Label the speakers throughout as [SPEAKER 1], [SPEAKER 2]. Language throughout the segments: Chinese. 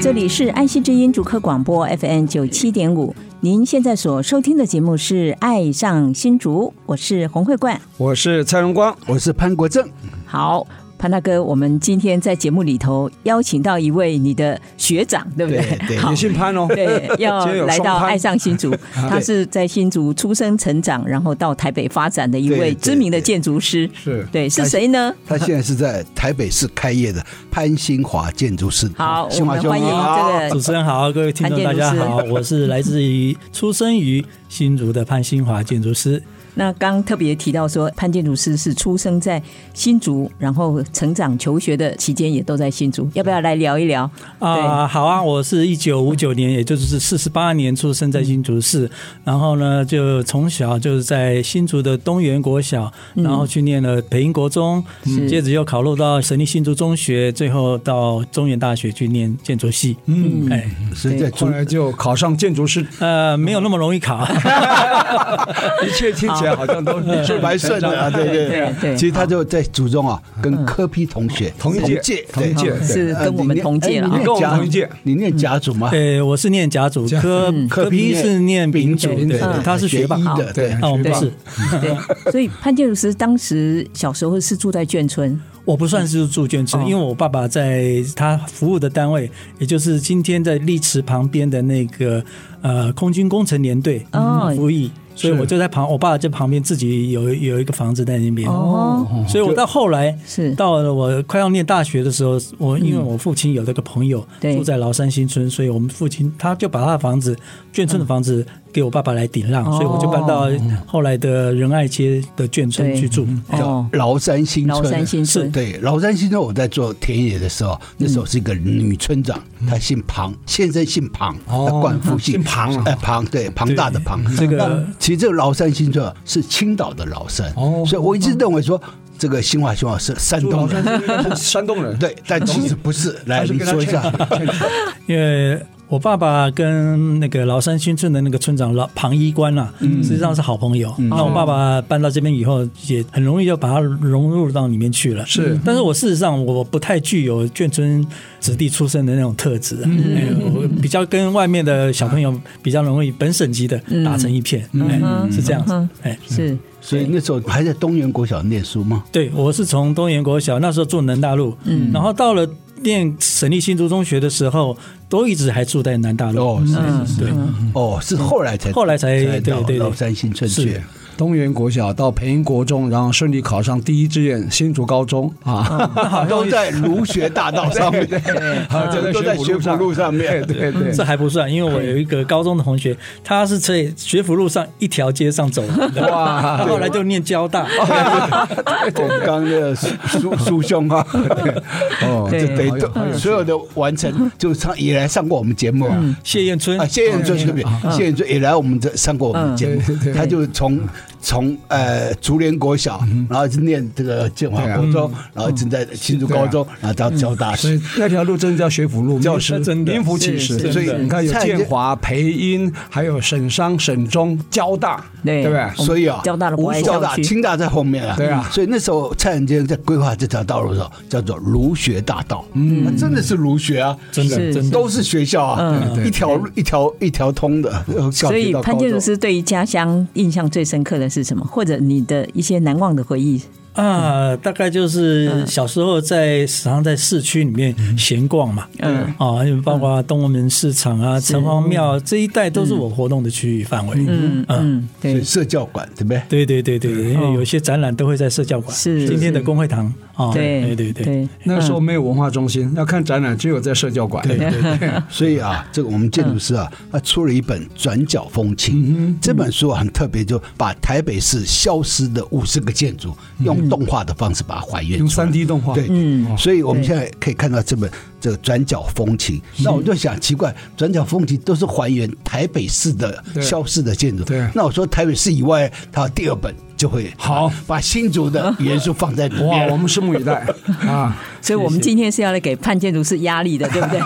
[SPEAKER 1] 这里是爱惜之音主客广播 FM 九七点五，您现在所收听的节目是《爱上新竹》，我是洪慧冠。
[SPEAKER 2] 我是蔡荣光，
[SPEAKER 3] 我是潘国正，
[SPEAKER 1] 好，潘大哥，我们今天在节目里头邀请到一位你的学长，对不对？
[SPEAKER 3] 对对
[SPEAKER 1] 好
[SPEAKER 2] 也。姓潘 哦。
[SPEAKER 1] 对，要
[SPEAKER 2] 今天有
[SPEAKER 1] 来
[SPEAKER 2] 双
[SPEAKER 1] 到
[SPEAKER 2] 潘
[SPEAKER 1] 爱上新竹，他是在新竹出生成长，然后到台北发展的一
[SPEAKER 3] 对
[SPEAKER 1] 位
[SPEAKER 3] 对
[SPEAKER 1] 知名的建筑师。
[SPEAKER 2] 是
[SPEAKER 1] 对，是谁呢？
[SPEAKER 3] 他现在是在台北市开业的潘兴华建筑师。
[SPEAKER 1] 好，我
[SPEAKER 3] 兴华
[SPEAKER 1] 们
[SPEAKER 3] 兄
[SPEAKER 1] 欢迎这
[SPEAKER 4] 主
[SPEAKER 1] 个
[SPEAKER 4] 持人好，各位听众大家好，我是来自于出生于新竹的潘新华建筑师。
[SPEAKER 1] 那刚特别提到说，潘建筑师是出生在新竹，然后成长求学的期间也都在新竹，要不要来聊一聊？
[SPEAKER 4] 啊、好啊！我是一九五九年，也就是四十八年出生在新竹市，然后呢，就从小就是在新竹的东园国小，然后去念了培英国中，
[SPEAKER 1] 是
[SPEAKER 4] 接着又考入到省立新竹中学，最后到中原大学去念建筑系。嗯，哎，
[SPEAKER 3] 所以在
[SPEAKER 2] 后
[SPEAKER 3] 中
[SPEAKER 2] 来就考上建筑 师，
[SPEAKER 4] 呃，没有那么容易考。
[SPEAKER 2] 一切听起来好像都理
[SPEAKER 3] 是蛮 顺的啊，对对
[SPEAKER 1] 对对
[SPEAKER 3] 其实他就在竹中啊，跟柯批同学
[SPEAKER 2] 同一届
[SPEAKER 3] 届
[SPEAKER 2] 同一届
[SPEAKER 3] 对
[SPEAKER 1] 是
[SPEAKER 3] 呃
[SPEAKER 1] 跟我们
[SPEAKER 3] 你念
[SPEAKER 1] 同届
[SPEAKER 3] 哎
[SPEAKER 1] 了
[SPEAKER 3] 你念
[SPEAKER 2] 跟我们
[SPEAKER 3] 甲
[SPEAKER 2] 同一届
[SPEAKER 3] 你念甲组吗？
[SPEAKER 4] 对，我是念甲组，
[SPEAKER 2] 甲
[SPEAKER 4] 科科
[SPEAKER 3] 批
[SPEAKER 4] 批是念丙组，
[SPEAKER 3] 丙
[SPEAKER 4] 对，
[SPEAKER 3] 对
[SPEAKER 4] 他是学霸
[SPEAKER 3] 啊学医。的，对
[SPEAKER 2] 对。
[SPEAKER 4] 那我们
[SPEAKER 1] 对
[SPEAKER 4] 不是，
[SPEAKER 1] 对，所以潘建筑师当时小时候是住在眷村，
[SPEAKER 4] 我不算是住眷村，
[SPEAKER 1] 嗯
[SPEAKER 4] 因为我爸爸在他服务的单位，也就是今天在丽池旁边的那个呃空军工程连队嗯
[SPEAKER 1] 哦
[SPEAKER 4] 服役，所以我就在旁，我爸爸在旁边自己有有一个房子在那边，
[SPEAKER 1] 哦，
[SPEAKER 4] 所以我到后来。
[SPEAKER 1] 是
[SPEAKER 4] 到了我快要念大学的时候，我因为我父亲有这个朋友
[SPEAKER 1] 对
[SPEAKER 4] 住在崂山新村，所以我们父亲他就把他的房子眷村的房子给我爸爸来顶让，
[SPEAKER 1] 哦
[SPEAKER 4] 所以我就搬到后来的仁爱街的眷村
[SPEAKER 1] 对
[SPEAKER 4] 去住。
[SPEAKER 1] 哦，
[SPEAKER 3] 崂山新村，
[SPEAKER 1] 崂山新村
[SPEAKER 3] 是对崂山新村。我在做田野的时候，那时候是一个女村长，她姓庞，先生姓庞，
[SPEAKER 2] 哦
[SPEAKER 3] 她冠夫姓
[SPEAKER 2] 姓庞啊
[SPEAKER 3] 哎，庞对庞大的庞。
[SPEAKER 4] 这个
[SPEAKER 3] 那其实这个崂山新村啊是青岛的崂山，
[SPEAKER 2] 哦
[SPEAKER 3] 所以我一直认为说这个新华兄啊是山
[SPEAKER 2] 住
[SPEAKER 3] 东
[SPEAKER 2] 崂
[SPEAKER 3] 人，
[SPEAKER 2] 山是山东人，
[SPEAKER 3] 对，但其实不是。来，
[SPEAKER 2] 还是
[SPEAKER 3] 你
[SPEAKER 2] 跟他
[SPEAKER 3] 说一下，
[SPEAKER 4] 因为我爸爸跟那个崂山新村的那个村长老庞一官啊，实际上是好朋友。那我爸爸搬到这边以后，也很容易就把他融入到里面去了。
[SPEAKER 2] 是
[SPEAKER 4] 但是我事实上我不太具有眷村子弟出身的那种特质、啊，哎我比较跟外面的小朋友比较容易本省级的打成一片，哎，是这样子
[SPEAKER 1] 嗯，
[SPEAKER 4] 哎。
[SPEAKER 1] 是
[SPEAKER 3] 所以那时候还在东园国小念书吗？
[SPEAKER 4] 对，我是从东岩国小那时候住南大路，嗯，然后到了念省立新竹中学的时候，都一直还住在南大路，
[SPEAKER 3] 哦，是
[SPEAKER 1] 嗯
[SPEAKER 3] 是是，哦，是后来才
[SPEAKER 4] 后来才
[SPEAKER 3] 到
[SPEAKER 4] 对对对
[SPEAKER 3] 崂山新村去
[SPEAKER 4] 是。
[SPEAKER 2] 东园国小到培英国中，然后顺利考上第一志愿新竹高中啊，
[SPEAKER 3] 都在儒学大道上面，
[SPEAKER 2] 啊
[SPEAKER 3] 这个都在学府路上 面。
[SPEAKER 2] 对对
[SPEAKER 4] 这还不算，因为我有一个高中的同学，他是在学府路上一条街上走 的，
[SPEAKER 1] 啊
[SPEAKER 2] 哇
[SPEAKER 4] 他后来就念交大，
[SPEAKER 1] 哦
[SPEAKER 3] 我们刚刚那个苏苏兄啊，
[SPEAKER 2] 哦
[SPEAKER 3] 这
[SPEAKER 1] 对
[SPEAKER 3] 得都所有的完成，就是他也来上过我们节目啊。
[SPEAKER 4] 谢燕春
[SPEAKER 1] 哎
[SPEAKER 3] 啊，谢燕尊对不对？谢燕尊也来我们这上过我们节目
[SPEAKER 2] 嗯对对，对
[SPEAKER 3] 他就从从呃竹联国小，然后就念这个建华国中，然后正在新竹高中，然后到交大
[SPEAKER 2] 嗯所以那条路真的叫学府路，
[SPEAKER 3] 叫
[SPEAKER 2] 是
[SPEAKER 4] 真的
[SPEAKER 2] 名副其
[SPEAKER 1] 是
[SPEAKER 2] 实。
[SPEAKER 1] 是
[SPEAKER 2] 所以
[SPEAKER 3] 是
[SPEAKER 2] 你看有建华、培英，还有省商、省中、交大，
[SPEAKER 1] 对
[SPEAKER 2] 对不对？
[SPEAKER 3] 所以啊，
[SPEAKER 1] 交大的国外
[SPEAKER 3] 交
[SPEAKER 1] 校
[SPEAKER 3] 大、
[SPEAKER 1] 区
[SPEAKER 3] 清大在后面啊，
[SPEAKER 2] 对啊
[SPEAKER 3] 所以那时候蔡仁坚在规划这条道路的时候，叫做儒学大道，嗯，那真的是儒学啊，
[SPEAKER 4] 真的
[SPEAKER 1] 是
[SPEAKER 4] 真的。
[SPEAKER 3] 都是学校啊，一条一条一条通的，呃小
[SPEAKER 1] 嗯所
[SPEAKER 3] 学
[SPEAKER 1] 以
[SPEAKER 3] 到高
[SPEAKER 1] 潘建
[SPEAKER 3] 中
[SPEAKER 1] 筑。师对于家乡印象最深刻的是什么？或者你的一些难忘的回忆
[SPEAKER 4] 啊，大概
[SPEAKER 1] 嗯
[SPEAKER 4] 就是小时候在时常在市区里面闲逛嘛，
[SPEAKER 1] 嗯
[SPEAKER 4] 啊，因为包括东门门市场啊、城隍庙这一带都是我活动的区域范围。
[SPEAKER 1] 嗯嗯，
[SPEAKER 3] 所以
[SPEAKER 1] 对，
[SPEAKER 3] 社教馆对不对？
[SPEAKER 4] 对对对对，因为有些展览都会在社教馆，
[SPEAKER 1] 是
[SPEAKER 4] 今天的工会堂啊，
[SPEAKER 1] 对
[SPEAKER 4] 对对，
[SPEAKER 1] 对，
[SPEAKER 2] 那个时候
[SPEAKER 3] 嗯
[SPEAKER 2] 没有文化中心，要看展览只有在社教馆。对
[SPEAKER 3] 所以啊，这个我们建筑师啊，
[SPEAKER 1] 嗯
[SPEAKER 3] 他出了一本《转角风情》这本书啊很特别，就把台北市消失的五十个建筑用动画的方式把它还原
[SPEAKER 2] 用
[SPEAKER 3] 出来
[SPEAKER 2] 三 D 动画。
[SPEAKER 3] 对，
[SPEAKER 2] 啊
[SPEAKER 1] 嗯
[SPEAKER 3] 啊所以我们现在可以看到这本这个《转角风情》，
[SPEAKER 2] 嗯
[SPEAKER 3] 那我就想奇怪，《转角风情》都是还原台北市的
[SPEAKER 2] 对
[SPEAKER 3] 消失的建筑，
[SPEAKER 2] 对
[SPEAKER 3] 那我说台北市以外，它第二本就会
[SPEAKER 2] 好
[SPEAKER 3] 把新竹的元素放在里面。
[SPEAKER 2] 哇，我们拭目以 待啊！
[SPEAKER 1] 所以我们今天是要来给潘建筑师压力的，对 不对？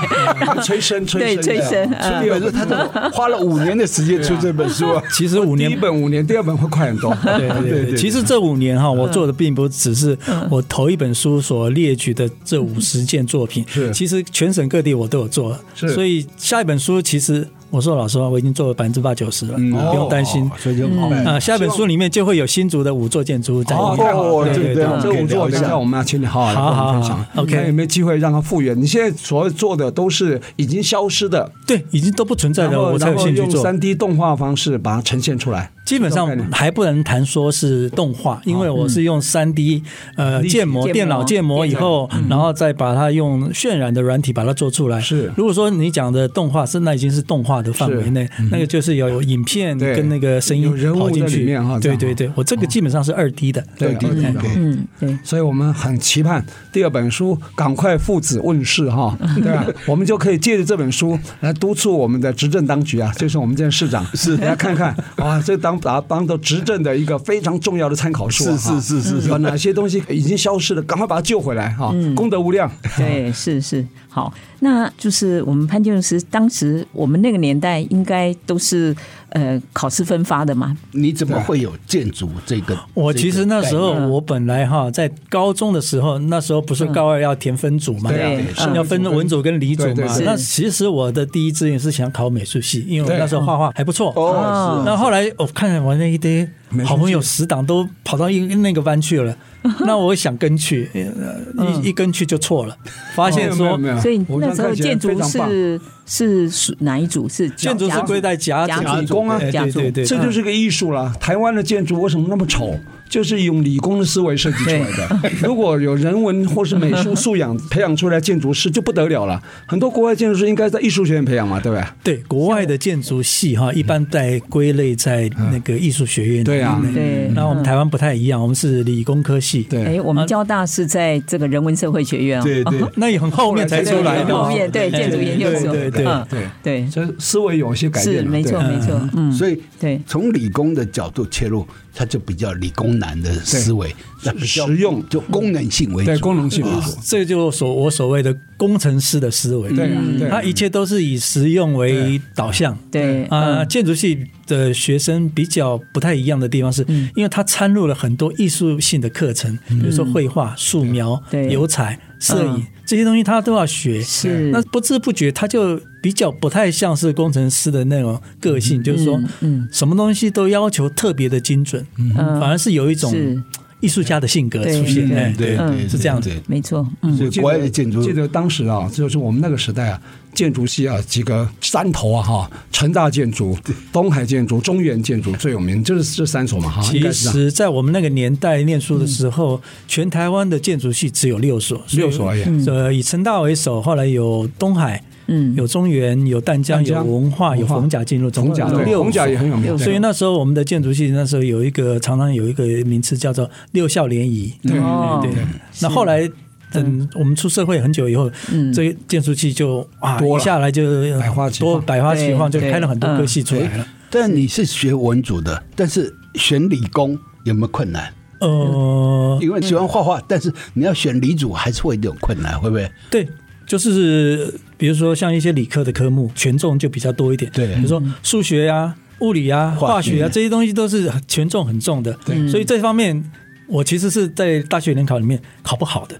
[SPEAKER 2] 催生，催
[SPEAKER 1] 对，
[SPEAKER 2] 生，
[SPEAKER 1] 催生，嗯
[SPEAKER 3] 所以我说他怎么花了五年的时间出这本书啊？
[SPEAKER 4] 其实五
[SPEAKER 2] 第
[SPEAKER 4] 年
[SPEAKER 2] 一本五年，第二本会快很多。
[SPEAKER 4] 对对对，其实这五年哈，
[SPEAKER 2] 嗯
[SPEAKER 4] 我做的并不只是我头一本书所列举的这五十件作品，
[SPEAKER 2] 是
[SPEAKER 4] 其实全省各地我都有做，
[SPEAKER 2] 是
[SPEAKER 4] 所以下一本书其实我说老实话，我已经做了百分之八九十了，
[SPEAKER 2] 嗯
[SPEAKER 4] 嗯不用担心
[SPEAKER 3] 哦。所以就明白了
[SPEAKER 4] 啊，下一本书里面就会有新竹的五座建筑在里面。
[SPEAKER 2] 哦，
[SPEAKER 3] 对
[SPEAKER 2] 对
[SPEAKER 3] 对
[SPEAKER 2] 对，这
[SPEAKER 3] 对
[SPEAKER 2] 五座
[SPEAKER 3] 对
[SPEAKER 2] 等一下我们要请你好好来跟我们分
[SPEAKER 4] 好
[SPEAKER 2] 享
[SPEAKER 4] 好好，OK
[SPEAKER 2] 看有没有机会让它复原？你现在所做的都是已经消失的，
[SPEAKER 4] 对，已经都不存在
[SPEAKER 2] 然
[SPEAKER 4] 的，
[SPEAKER 2] 后
[SPEAKER 4] 我才
[SPEAKER 2] 然
[SPEAKER 4] 有
[SPEAKER 2] 后
[SPEAKER 4] 兴趣
[SPEAKER 2] 用
[SPEAKER 4] 做。
[SPEAKER 2] 三 D 动画方式把它呈现出来。
[SPEAKER 4] 基本上
[SPEAKER 2] 这种概念哦
[SPEAKER 4] 还不能谈说是动画，因为我是用三 D
[SPEAKER 2] 嗯
[SPEAKER 4] 呃建模、
[SPEAKER 1] 建模
[SPEAKER 4] 电脑建模以后，然后再把它用渲染的软体把它做出来。
[SPEAKER 2] 是
[SPEAKER 4] 如果说你讲的动画是那已经是动画的范围内，那个就是要有影片
[SPEAKER 2] 嗯对
[SPEAKER 4] 跟那个声音
[SPEAKER 2] 有人物
[SPEAKER 4] 跑进
[SPEAKER 2] 在里
[SPEAKER 4] 去
[SPEAKER 2] 面哈。
[SPEAKER 4] 对
[SPEAKER 2] 这
[SPEAKER 4] 对
[SPEAKER 2] 样哦
[SPEAKER 4] 对，我这个基本上是二 D 的。
[SPEAKER 2] 对啊
[SPEAKER 3] 对
[SPEAKER 2] 对
[SPEAKER 3] 对
[SPEAKER 2] 对
[SPEAKER 3] 对。
[SPEAKER 1] 嗯，对，
[SPEAKER 2] 所以我们很期盼第二本书赶快父子问世哈， 对吧？我们就可以借着这本书来督促我们的执政当局啊，就是我们这些市长，是来看看哇，这当把当做执政的一个非常重要的参考书啊，
[SPEAKER 3] 是是是
[SPEAKER 2] 是是，有哪些东西已经消失了，赶快把它救回来哈，功德无量。
[SPEAKER 1] 对，是是好，那就是我们潘建筑师当时我们那个年代应该都是呃考试分发的嘛，
[SPEAKER 3] 你怎么会有建筑这个？
[SPEAKER 4] 我其实那时
[SPEAKER 1] 这
[SPEAKER 4] 候
[SPEAKER 1] 个概念
[SPEAKER 4] 我本来哈在高中的时候，那时候不是高二要填分组嘛，
[SPEAKER 2] 嗯对啊
[SPEAKER 1] 对是
[SPEAKER 4] 要分文组跟理组
[SPEAKER 2] 对
[SPEAKER 4] 嘛
[SPEAKER 2] 对。
[SPEAKER 1] 对
[SPEAKER 4] 那其实我的第一志愿是想考美术系，因为我那时
[SPEAKER 2] 嗯
[SPEAKER 4] 候画画还不错。
[SPEAKER 1] 嗯
[SPEAKER 3] 哦，
[SPEAKER 4] 那后来我看我那一堆好朋友死党都跑到一那个 班去了，那我想跟去，呃
[SPEAKER 1] 嗯
[SPEAKER 4] 一一跟去就错了，发现
[SPEAKER 2] 没有
[SPEAKER 4] 说
[SPEAKER 2] 没有没有
[SPEAKER 1] 所以
[SPEAKER 2] 啊我
[SPEAKER 1] 那
[SPEAKER 2] 们
[SPEAKER 1] 时候
[SPEAKER 2] 看起来
[SPEAKER 1] 建筑
[SPEAKER 2] 非常棒
[SPEAKER 1] 是是属哪一组？是
[SPEAKER 4] 建筑是归在甲
[SPEAKER 1] 甲
[SPEAKER 4] 组
[SPEAKER 2] 理工啊，
[SPEAKER 4] 对
[SPEAKER 1] 甲
[SPEAKER 4] 对
[SPEAKER 1] 组
[SPEAKER 4] 对对，
[SPEAKER 2] 这就是个艺术了。台湾的建筑为什么那么丑？就是用理工的思维设计出来 的。如果有人文或是美术素养 培养出来建筑师，就不得了了。很多国外建筑师应该在艺术学院培养嘛，对不对？
[SPEAKER 4] 对国外的建筑系哈，一般在归类在那个艺术学院里面。
[SPEAKER 2] 对啊
[SPEAKER 1] 对
[SPEAKER 4] 嗯
[SPEAKER 1] 嗯
[SPEAKER 4] 那我们台啊湾不太一样，我们是理工科系。
[SPEAKER 2] 对
[SPEAKER 1] 哎，我们交大是在这个人文社会学院哦，
[SPEAKER 2] 啊
[SPEAKER 3] 对对，
[SPEAKER 4] 那也很后面才出来
[SPEAKER 1] 对
[SPEAKER 4] 的
[SPEAKER 1] 后
[SPEAKER 4] 哦，
[SPEAKER 1] 面对建筑研究所，
[SPEAKER 4] 对对对
[SPEAKER 1] 嗯
[SPEAKER 2] 对
[SPEAKER 1] 对，
[SPEAKER 2] 这思维有一些改变
[SPEAKER 1] 是
[SPEAKER 2] 了
[SPEAKER 1] 没错
[SPEAKER 2] 对
[SPEAKER 1] 没错，嗯，
[SPEAKER 3] 所以
[SPEAKER 1] 对
[SPEAKER 3] 从理工的角度切入，它就比较理工男的思维，那比较
[SPEAKER 2] 实用
[SPEAKER 3] 就功能性为
[SPEAKER 2] 嗯
[SPEAKER 3] 主。
[SPEAKER 2] 对功能性
[SPEAKER 3] 嗯
[SPEAKER 2] 为主。
[SPEAKER 4] 这就所我所谓的工程师的思维，
[SPEAKER 2] 对啊对啊
[SPEAKER 4] 他一切都是以实用为导向。
[SPEAKER 1] 对
[SPEAKER 4] 啊、
[SPEAKER 1] 嗯
[SPEAKER 4] 建筑系的学生比较不太一样的地方是，
[SPEAKER 1] 嗯
[SPEAKER 4] 因为他掺入了很多艺术性的课程，比如说绘画、素描、
[SPEAKER 1] 对
[SPEAKER 4] 油彩、摄影、
[SPEAKER 1] 嗯
[SPEAKER 4] 这些东西，他都要学。
[SPEAKER 1] 是
[SPEAKER 4] 那不知不觉他就比较不太像是工程师的那种个性，就是说，
[SPEAKER 1] 嗯
[SPEAKER 4] 什么东西都要求特别的精准，
[SPEAKER 1] 嗯
[SPEAKER 4] 反而是有一种
[SPEAKER 1] 是
[SPEAKER 4] 艺术家的性格
[SPEAKER 1] 对
[SPEAKER 4] 出现。
[SPEAKER 1] 对
[SPEAKER 4] 哎
[SPEAKER 3] 对
[SPEAKER 1] 嗯
[SPEAKER 3] 对，
[SPEAKER 4] 是这样子
[SPEAKER 3] 对
[SPEAKER 1] 没错，嗯
[SPEAKER 3] 所以国外的建筑
[SPEAKER 2] 记得当时啊，就是我们那个时代啊，建筑系啊几个山头啊哈，成大建筑、东海建筑、中原建筑最有名，就是这三所嘛哈。哦应
[SPEAKER 4] 其
[SPEAKER 2] 该是这样啊嗯
[SPEAKER 4] 实，在我们那个年代念书的时候，全台湾的建筑系只有六所，
[SPEAKER 2] 六所而已
[SPEAKER 4] 所以呃，以成大为首，后来有东海，
[SPEAKER 1] 嗯，
[SPEAKER 4] 有中原，有淡江，
[SPEAKER 2] 淡江
[SPEAKER 4] 有文啊化，有
[SPEAKER 2] 文化
[SPEAKER 4] 逢甲进入，总
[SPEAKER 2] 哦红
[SPEAKER 4] 共
[SPEAKER 2] 甲
[SPEAKER 4] 有
[SPEAKER 2] 对，
[SPEAKER 4] 六
[SPEAKER 2] 红甲
[SPEAKER 4] 所
[SPEAKER 2] 也很有名。
[SPEAKER 4] 所以
[SPEAKER 2] 呢，
[SPEAKER 4] 那时候我们的建筑系那时候有一个常常有一个名词叫做六校联谊，
[SPEAKER 2] 对
[SPEAKER 1] 哦
[SPEAKER 4] 对对。那后来等我们出社会很久以后，
[SPEAKER 1] 嗯
[SPEAKER 4] 这个建筑系就啊
[SPEAKER 2] 多
[SPEAKER 4] 一
[SPEAKER 2] 了
[SPEAKER 4] 下来就
[SPEAKER 2] 百花齐放嗯
[SPEAKER 4] 多百花齐放，就
[SPEAKER 1] 对
[SPEAKER 4] 开了很多科系出来了。
[SPEAKER 3] 哎但你是学文组的，但是选理工有没有困难？
[SPEAKER 4] 呃，
[SPEAKER 3] 因为喜欢画画，但是你要选理组还是会有点困难，会不会？
[SPEAKER 4] 对，就是比如说像一些理科的科目，权重就比较多一点。
[SPEAKER 3] 对
[SPEAKER 4] 比如说数学呀、物理呀、化
[SPEAKER 3] 化
[SPEAKER 4] 学
[SPEAKER 3] 学
[SPEAKER 4] 啊这些东西都是权重很重的。对，所以这方面 我其实是在大学联考里面考不好的，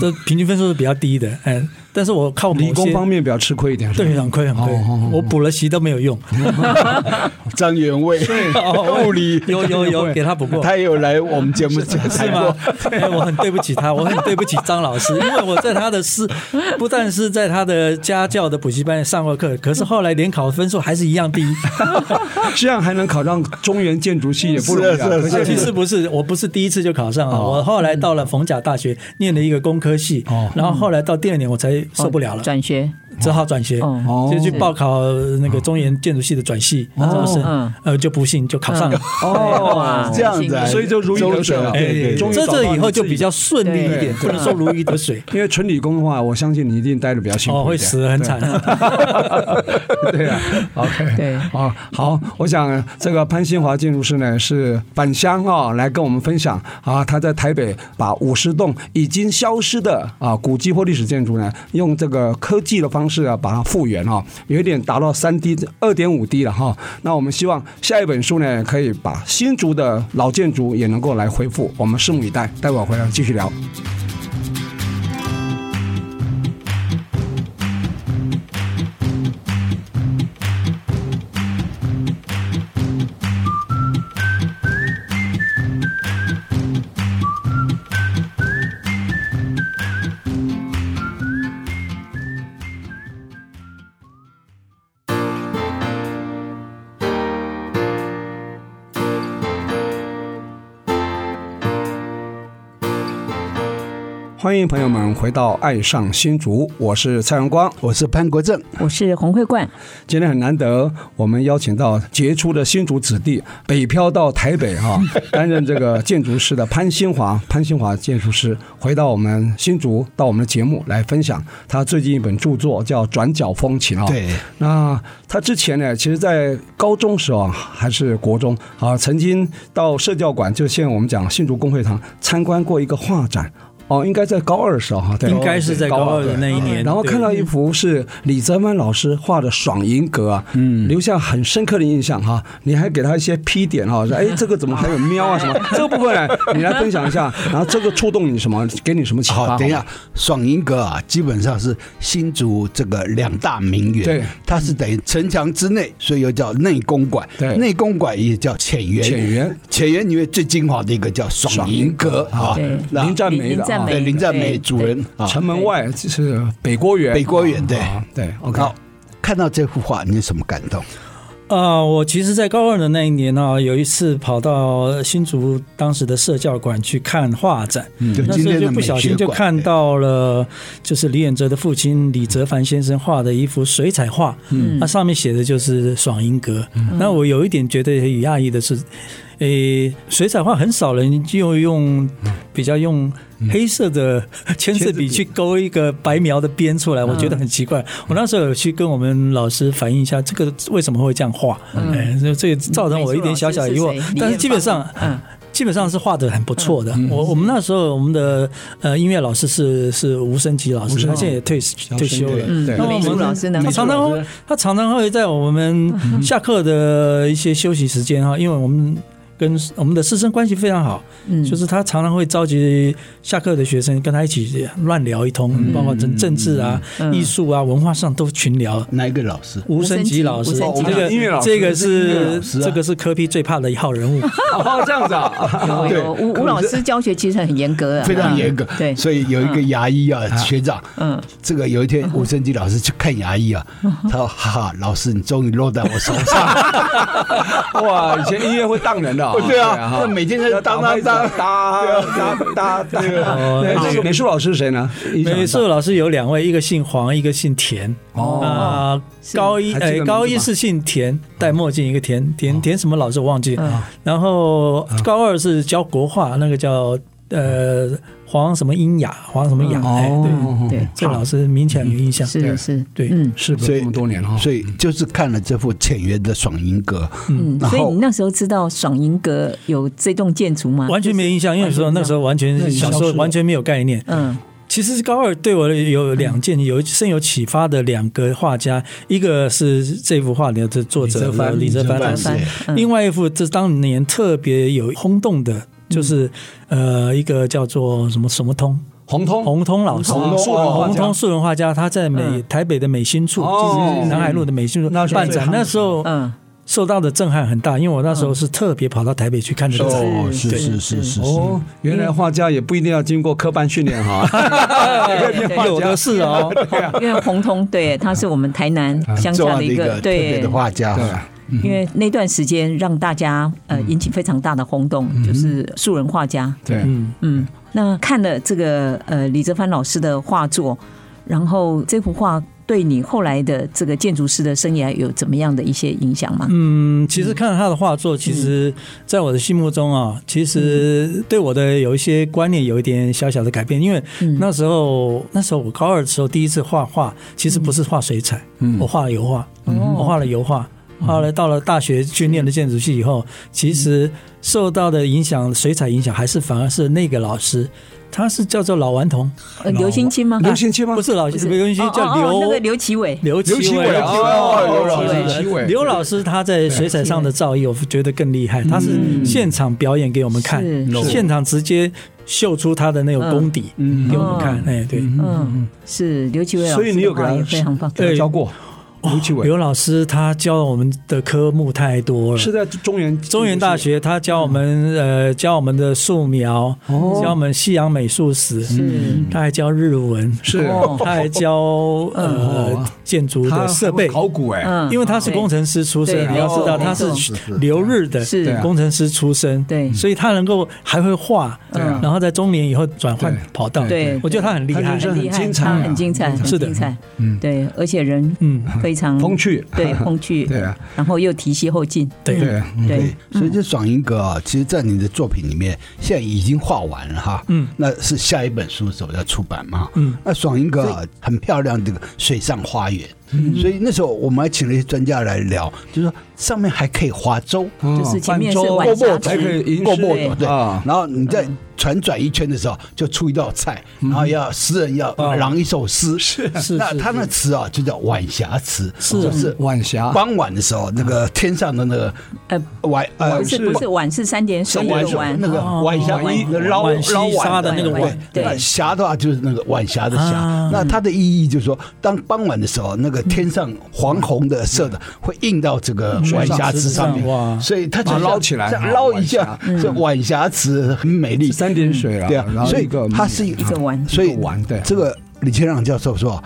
[SPEAKER 4] 这平均分数是比较低的。哎，但是我靠某
[SPEAKER 2] 理工
[SPEAKER 4] 些
[SPEAKER 2] 方面比较吃亏一点。是吧
[SPEAKER 4] 对，很亏很亏
[SPEAKER 2] 哦哦哦，
[SPEAKER 4] 我补了习都没有用。哦
[SPEAKER 3] 张元卫， 物理
[SPEAKER 4] 有有有给他补过，
[SPEAKER 3] 他有来我们 节目讲
[SPEAKER 4] 是吗？哎，我很对不起他，我很对不起张 老师，因为我在他的师，不但是在他的家教的补习班上过课，可是后来联考分数还是一样低。
[SPEAKER 2] 这样啊还能考上中原建筑系也不容易啊。
[SPEAKER 3] 是啊
[SPEAKER 2] 可
[SPEAKER 3] 是啊
[SPEAKER 2] 见
[SPEAKER 4] 其实不 是，我不是第一次就考上啊，我后来到了逢甲大学念了一个工科系，然后后来到第二年我才受不了了，
[SPEAKER 1] 转学
[SPEAKER 4] 只好转学，
[SPEAKER 1] 哦
[SPEAKER 4] 就去报考那个中原建筑系的转系，然后是
[SPEAKER 1] 嗯
[SPEAKER 4] 呃就不幸就考上了。哎
[SPEAKER 2] 哦，
[SPEAKER 3] 这样子啊，
[SPEAKER 2] 所以就如鱼得水了
[SPEAKER 3] 周对对
[SPEAKER 2] 终于
[SPEAKER 4] 这
[SPEAKER 2] 找到
[SPEAKER 4] 这
[SPEAKER 2] 你
[SPEAKER 4] 以后就
[SPEAKER 2] 自己
[SPEAKER 4] 比较顺利一点，
[SPEAKER 2] 对
[SPEAKER 4] 不能说如鱼得水。
[SPEAKER 2] 因为纯理工的话，我相信你一定待的比较辛苦一
[SPEAKER 4] 哦，
[SPEAKER 2] 点，
[SPEAKER 4] 会死得很惨。
[SPEAKER 2] 对啊，OK，
[SPEAKER 1] 对
[SPEAKER 2] 啊，好，我想这个潘新华建筑师呢是返乡啊、来跟我们分享啊，他在台北把五十栋已经消失的啊古迹或历史建筑呢，用这个科技的方式啊把它复原啊，有一点达到三 D、二点五 D 了哈、那我们希望下一本书呢，可以把新竹的老建筑也能够来恢复，我们拭目以待。待会儿回来继续聊。欢迎朋友们回到《爱上新竹》，我是蔡荣光。
[SPEAKER 3] 我是潘国正，
[SPEAKER 1] 我是洪慧冠，
[SPEAKER 2] 今天很难得，我们邀请到杰出的新竹子弟，北漂到台北哈、担任这个建筑师的潘新华，潘新华建筑师回到我们新竹，到我们的节目来分享他最近一本著作叫《转角风情》啊、
[SPEAKER 4] 哦
[SPEAKER 3] 对，
[SPEAKER 2] 那他之前呢，其实，在高中时候啊，还是国中啊，曾经到社教馆，就现在我们讲新竹工会堂参观过一个画展。哦，应该在高二时候哈，对，
[SPEAKER 4] 应该是在高二的那一年
[SPEAKER 2] 对然后看到一幅是李泽曼老师画的《爽银阁》啊，嗯，留下很深刻的印象哈。你还给他一些批点哈，说哎，这个怎么还有喵啊什么？这个部分呢，你来分享一下，然后这个触动你什么，给你什么启发？
[SPEAKER 3] 好，等一下，爽银阁啊，基本上是新竹这个两大名园，
[SPEAKER 2] 对，
[SPEAKER 3] 它是等于城墙之内，所以又叫内公馆，
[SPEAKER 2] 对
[SPEAKER 3] 内公馆也叫浅园，
[SPEAKER 2] 浅园，
[SPEAKER 3] 浅园里面最精华的一个叫爽银阁
[SPEAKER 4] 哦
[SPEAKER 3] 啊
[SPEAKER 1] 对，
[SPEAKER 3] 那
[SPEAKER 2] 林占梅的
[SPEAKER 1] 林占
[SPEAKER 2] 啊
[SPEAKER 1] 梅，
[SPEAKER 3] 对林占梅
[SPEAKER 1] 对
[SPEAKER 3] 主人啊，
[SPEAKER 2] 城门外就是北郭园，
[SPEAKER 3] 北郭园对
[SPEAKER 1] 哦
[SPEAKER 2] 啊对，OK，
[SPEAKER 3] 好，看到这幅画，你有什么感动？
[SPEAKER 4] 啊，我其实，在高二的那一年呢、有一次跑到新竹当时的社教馆去看画展，
[SPEAKER 3] 就
[SPEAKER 4] 那
[SPEAKER 3] 嗯今
[SPEAKER 4] 时候
[SPEAKER 3] 天
[SPEAKER 4] 就
[SPEAKER 3] 的
[SPEAKER 4] 不
[SPEAKER 3] 美
[SPEAKER 4] 小
[SPEAKER 3] 学
[SPEAKER 4] 心就
[SPEAKER 3] 馆
[SPEAKER 4] 看到了，就是李远哲的父亲李泽藩先生画的一幅水彩画，嗯，那上面写的就是爽银阁。
[SPEAKER 3] 嗯
[SPEAKER 4] 那我有一点觉得很讶异的是，诶，水彩画很少人就用比较用
[SPEAKER 1] 嗯
[SPEAKER 4] 黑色的签字笔去勾一个白描的边出
[SPEAKER 1] 嗯
[SPEAKER 4] 来，我觉得很奇怪。我那时候有去跟我们老师反映一下，这个为什么会这样画？
[SPEAKER 1] 嗯
[SPEAKER 4] 哎，这这也造成我一点小小疑
[SPEAKER 1] 美术
[SPEAKER 4] 惑
[SPEAKER 1] 老师是谁。
[SPEAKER 4] 但是基本上
[SPEAKER 1] 李彦芳嗯，
[SPEAKER 4] 基本上是画的很不错的。我我们那时候我们的呃音乐老师是是吴升吉老师，他现在也退退休了。
[SPEAKER 2] 对对
[SPEAKER 4] 那我
[SPEAKER 1] 美术
[SPEAKER 4] 们
[SPEAKER 1] 老师呢
[SPEAKER 4] 他常常会，他常常会在 我们下课的一些休息时间哈，因为我们跟我们的师生关系非常好，
[SPEAKER 1] 嗯
[SPEAKER 4] 就是他常常会召集下课的学生跟他一起乱聊一
[SPEAKER 1] 嗯
[SPEAKER 4] 通，包括政政治啊、艺术啊、文化上都群聊。
[SPEAKER 3] 哪一个老师？
[SPEAKER 4] 吴升吉老
[SPEAKER 1] 吴
[SPEAKER 4] 师，
[SPEAKER 1] 升吉
[SPEAKER 4] 这
[SPEAKER 2] 哦
[SPEAKER 4] 个
[SPEAKER 2] 音乐老师
[SPEAKER 4] 这个
[SPEAKER 2] 音乐
[SPEAKER 4] 是
[SPEAKER 2] 老
[SPEAKER 3] 师啊
[SPEAKER 4] 这个是科批最怕的一号人物。
[SPEAKER 2] 哦，这样子啊，
[SPEAKER 1] 有有吴吴老师教学其实很严格的，
[SPEAKER 3] 非常严格
[SPEAKER 1] 嗯，对，
[SPEAKER 3] 所以有一个牙医啊，学长，
[SPEAKER 1] 嗯，
[SPEAKER 3] 这个有一天吴生基老师去看牙医啊，他说：“哈哈，老师，你终于落在我手 上。
[SPEAKER 2] 哇，以前音乐会当人的啊
[SPEAKER 3] 对啊
[SPEAKER 2] 哈
[SPEAKER 3] 那每天在
[SPEAKER 2] 要
[SPEAKER 3] 当
[SPEAKER 2] 打拍子啊
[SPEAKER 3] 当
[SPEAKER 2] 当当当当。
[SPEAKER 4] 哦
[SPEAKER 2] 对这个美术老师是谁呢？印象
[SPEAKER 4] 美术老师有两位，一个姓黄，一个姓田。
[SPEAKER 2] 哦，
[SPEAKER 4] 啊、高一
[SPEAKER 2] 还记得
[SPEAKER 4] 哎，
[SPEAKER 2] 名字
[SPEAKER 4] 高一
[SPEAKER 2] 吗哦
[SPEAKER 4] 是姓田，戴墨镜一个田田田什么老师我忘记，
[SPEAKER 2] 嗯
[SPEAKER 4] 然后高二是教国画，那个叫呃黄什么英雅，黄什么雅，哎，
[SPEAKER 2] 哦
[SPEAKER 4] 对，
[SPEAKER 1] 对
[SPEAKER 4] 这老师明显有印象，
[SPEAKER 1] 是是，
[SPEAKER 4] 对
[SPEAKER 1] 嗯
[SPEAKER 2] 是不
[SPEAKER 3] 所
[SPEAKER 2] 是
[SPEAKER 3] 以
[SPEAKER 2] 这么多年了”哈？
[SPEAKER 3] 所以就是看了这幅浅园的《爽银阁》，
[SPEAKER 1] 嗯，
[SPEAKER 3] 然
[SPEAKER 1] 所以你
[SPEAKER 3] 后
[SPEAKER 1] 那时候知道爽银阁有这栋建筑吗？
[SPEAKER 4] 完全没印象，因为说那时候完全小时候完全没有概念。
[SPEAKER 1] 嗯，
[SPEAKER 4] 其实高二对我有两件有深有启发的两个画家，一个是这幅画的作者呃李泽藩老
[SPEAKER 3] 老
[SPEAKER 4] 师
[SPEAKER 3] 师，
[SPEAKER 1] 嗯
[SPEAKER 4] 另外一幅，这当年特别有轰动的，就是、呃，一个叫做什么什么通，
[SPEAKER 2] 红通
[SPEAKER 4] 洪通老师，
[SPEAKER 2] 洪通
[SPEAKER 4] 素
[SPEAKER 2] 哦画
[SPEAKER 4] 人
[SPEAKER 2] 家
[SPEAKER 4] 洪通素人画家，他在美
[SPEAKER 1] 嗯
[SPEAKER 4] 台北的美新处，
[SPEAKER 2] 哦
[SPEAKER 4] 就是南海路的美新处
[SPEAKER 2] 那时候
[SPEAKER 4] 办展
[SPEAKER 2] 最，夯
[SPEAKER 4] 那时候
[SPEAKER 1] 嗯，
[SPEAKER 4] 受到的震撼很大，因为我那时候是特别跑到台北去看这个展。
[SPEAKER 3] 哦，是
[SPEAKER 1] 是是
[SPEAKER 3] 是是是
[SPEAKER 2] 哦，原来画家也不一定要经过科班训练哈，也可以 变画家
[SPEAKER 4] 有的是哦，
[SPEAKER 1] 因为洪通对他是我们台南乡
[SPEAKER 3] 重
[SPEAKER 1] 下的
[SPEAKER 3] 要的
[SPEAKER 1] 一
[SPEAKER 3] 一
[SPEAKER 1] 个
[SPEAKER 3] 个特别
[SPEAKER 1] 对
[SPEAKER 3] 的画家
[SPEAKER 2] 对，
[SPEAKER 1] 嗯因为那段时间让大家呃引起非常大的轰动，就是素人画家。
[SPEAKER 2] 对，
[SPEAKER 4] 嗯，
[SPEAKER 1] 嗯，那看了这个呃李泽藩老师的画作，然后这幅画对你后来的这个建筑师的生涯有怎么样的一些影响吗？
[SPEAKER 4] 嗯，其实看了他的画作，其实在我的心目中啊，其实对我的有一些观念有一点小小的改变，因为
[SPEAKER 1] 嗯
[SPEAKER 4] 那时候那时候我高二的时候第一次画画，其实不是画水彩，我画了油画，我画了油画。后来到了大学去念了建筑系以后，其实受到的影响，水彩影响还是反而是那个老师，他是叫做老顽童，
[SPEAKER 1] 呃，刘星清吗？
[SPEAKER 2] 刘星期吗
[SPEAKER 4] 不？是老
[SPEAKER 1] 不
[SPEAKER 4] 师，刘星
[SPEAKER 1] 哦哦
[SPEAKER 4] 叫
[SPEAKER 1] 哦
[SPEAKER 4] 刘
[SPEAKER 1] 那个刘奇伟。
[SPEAKER 4] 刘
[SPEAKER 2] 刘
[SPEAKER 4] 奇
[SPEAKER 2] 奇伟
[SPEAKER 4] 伟，
[SPEAKER 2] 哦刘
[SPEAKER 4] 刘老
[SPEAKER 2] 奇伟
[SPEAKER 4] 师，刘老师他在水彩上的造诣，我觉得更厉害。他
[SPEAKER 2] 嗯
[SPEAKER 4] 是现场表演给我们看
[SPEAKER 1] 是，
[SPEAKER 4] 是现场直接秀出他的那种功底
[SPEAKER 2] 嗯
[SPEAKER 4] 给我们看。哎，对，
[SPEAKER 1] 嗯，是刘奇伟老师，
[SPEAKER 2] 所以你有给他
[SPEAKER 1] 也非常棒。
[SPEAKER 2] 给他教过刘奇伟，
[SPEAKER 4] 刘老师他教我们的科目太多了。
[SPEAKER 2] 是嗯在中原
[SPEAKER 4] 中原大学他教我们呃教我们的素描，
[SPEAKER 2] 哦
[SPEAKER 4] 教我们西洋美术史，
[SPEAKER 1] 是
[SPEAKER 4] 他还教日文，
[SPEAKER 2] 是嗯
[SPEAKER 1] 哦
[SPEAKER 4] 他还教呃建筑
[SPEAKER 2] 他
[SPEAKER 4] 的设备。
[SPEAKER 2] 考古哎，
[SPEAKER 1] 嗯，
[SPEAKER 4] 因为他是工程师出身
[SPEAKER 1] 对，
[SPEAKER 4] 你要知道
[SPEAKER 1] 没
[SPEAKER 4] 他
[SPEAKER 1] 错
[SPEAKER 4] 是留日的
[SPEAKER 1] 是对啊
[SPEAKER 4] 工程师出身，
[SPEAKER 1] 对嗯
[SPEAKER 4] 所以他能够还会画，
[SPEAKER 2] 对啊
[SPEAKER 4] 然后在中年以后转换
[SPEAKER 2] 对
[SPEAKER 4] 跑道，
[SPEAKER 1] 对
[SPEAKER 4] 我觉得他很厉
[SPEAKER 2] 他
[SPEAKER 4] 害
[SPEAKER 2] 人，生
[SPEAKER 1] 很厉害，
[SPEAKER 2] 很精彩
[SPEAKER 1] 他
[SPEAKER 2] 啊
[SPEAKER 1] 很精彩，很
[SPEAKER 4] 是的
[SPEAKER 1] 精彩。
[SPEAKER 2] 嗯
[SPEAKER 1] 对，而且人
[SPEAKER 4] 嗯，
[SPEAKER 1] 非常
[SPEAKER 2] 风，趣，
[SPEAKER 1] 对，风趣，
[SPEAKER 2] 对啊，
[SPEAKER 1] 然后又提携后进，嗯
[SPEAKER 4] 对，
[SPEAKER 2] 对，
[SPEAKER 1] 对，
[SPEAKER 3] 所以这爽英哥啊，其实，在你的作品里面，现在已经画完了哈，
[SPEAKER 4] 嗯，
[SPEAKER 3] 那是下一本书的时候要出版嘛，
[SPEAKER 4] 嗯，
[SPEAKER 3] 那爽英哥啊，很漂亮这个水上花园，所以那时候我们还请了一些专家来聊，就说上面还可以划舟，
[SPEAKER 1] 就是前面是
[SPEAKER 3] 哦
[SPEAKER 2] 泛舟
[SPEAKER 1] 晚霞
[SPEAKER 2] 还可以
[SPEAKER 1] 池
[SPEAKER 2] 吟
[SPEAKER 3] 过
[SPEAKER 2] 诗
[SPEAKER 3] 墨斗对，
[SPEAKER 2] 啊
[SPEAKER 3] 然，后你在船转一圈的时候，就出一道菜，然后要诗人要朗一首诗，是
[SPEAKER 4] 是
[SPEAKER 3] 那
[SPEAKER 4] 是
[SPEAKER 3] 他那词啊就叫晚霞词，
[SPEAKER 4] 是
[SPEAKER 3] 就是
[SPEAKER 2] 晚霞
[SPEAKER 3] 傍晚的时候，那个天上的那个
[SPEAKER 1] 呃，
[SPEAKER 3] 晚呃
[SPEAKER 1] 不是不是晚是三点
[SPEAKER 3] 是
[SPEAKER 1] 水的
[SPEAKER 3] 晚
[SPEAKER 1] 晚，
[SPEAKER 3] 那个
[SPEAKER 1] 哦
[SPEAKER 3] 晚霞
[SPEAKER 1] 晚
[SPEAKER 3] 一那捞
[SPEAKER 4] 晚西
[SPEAKER 3] 捞
[SPEAKER 4] 沙
[SPEAKER 3] 晚
[SPEAKER 4] 的那个
[SPEAKER 1] 晚对
[SPEAKER 3] 那霞的话就是那个晚霞的霞
[SPEAKER 4] 啊。
[SPEAKER 3] 那它的意义就是说，当傍晚的时候，那个天上黄红的色的会映到这个晚霞池上
[SPEAKER 4] 水上
[SPEAKER 3] 面，
[SPEAKER 4] 哇
[SPEAKER 3] 所以它就
[SPEAKER 2] 把它
[SPEAKER 3] 像
[SPEAKER 2] 捞起来
[SPEAKER 3] 像
[SPEAKER 2] 啊
[SPEAKER 3] 捞一
[SPEAKER 2] 晚
[SPEAKER 3] 下
[SPEAKER 2] 霞，
[SPEAKER 3] 这晚霞池很美丽。
[SPEAKER 2] 三点水啊，
[SPEAKER 3] 对
[SPEAKER 2] 然
[SPEAKER 3] 啊，
[SPEAKER 2] 后
[SPEAKER 3] 所以
[SPEAKER 2] 一个
[SPEAKER 3] 它是一
[SPEAKER 4] 哦
[SPEAKER 1] 一个碗
[SPEAKER 3] 所以
[SPEAKER 2] 一个碗对
[SPEAKER 3] 这个李千让教授说，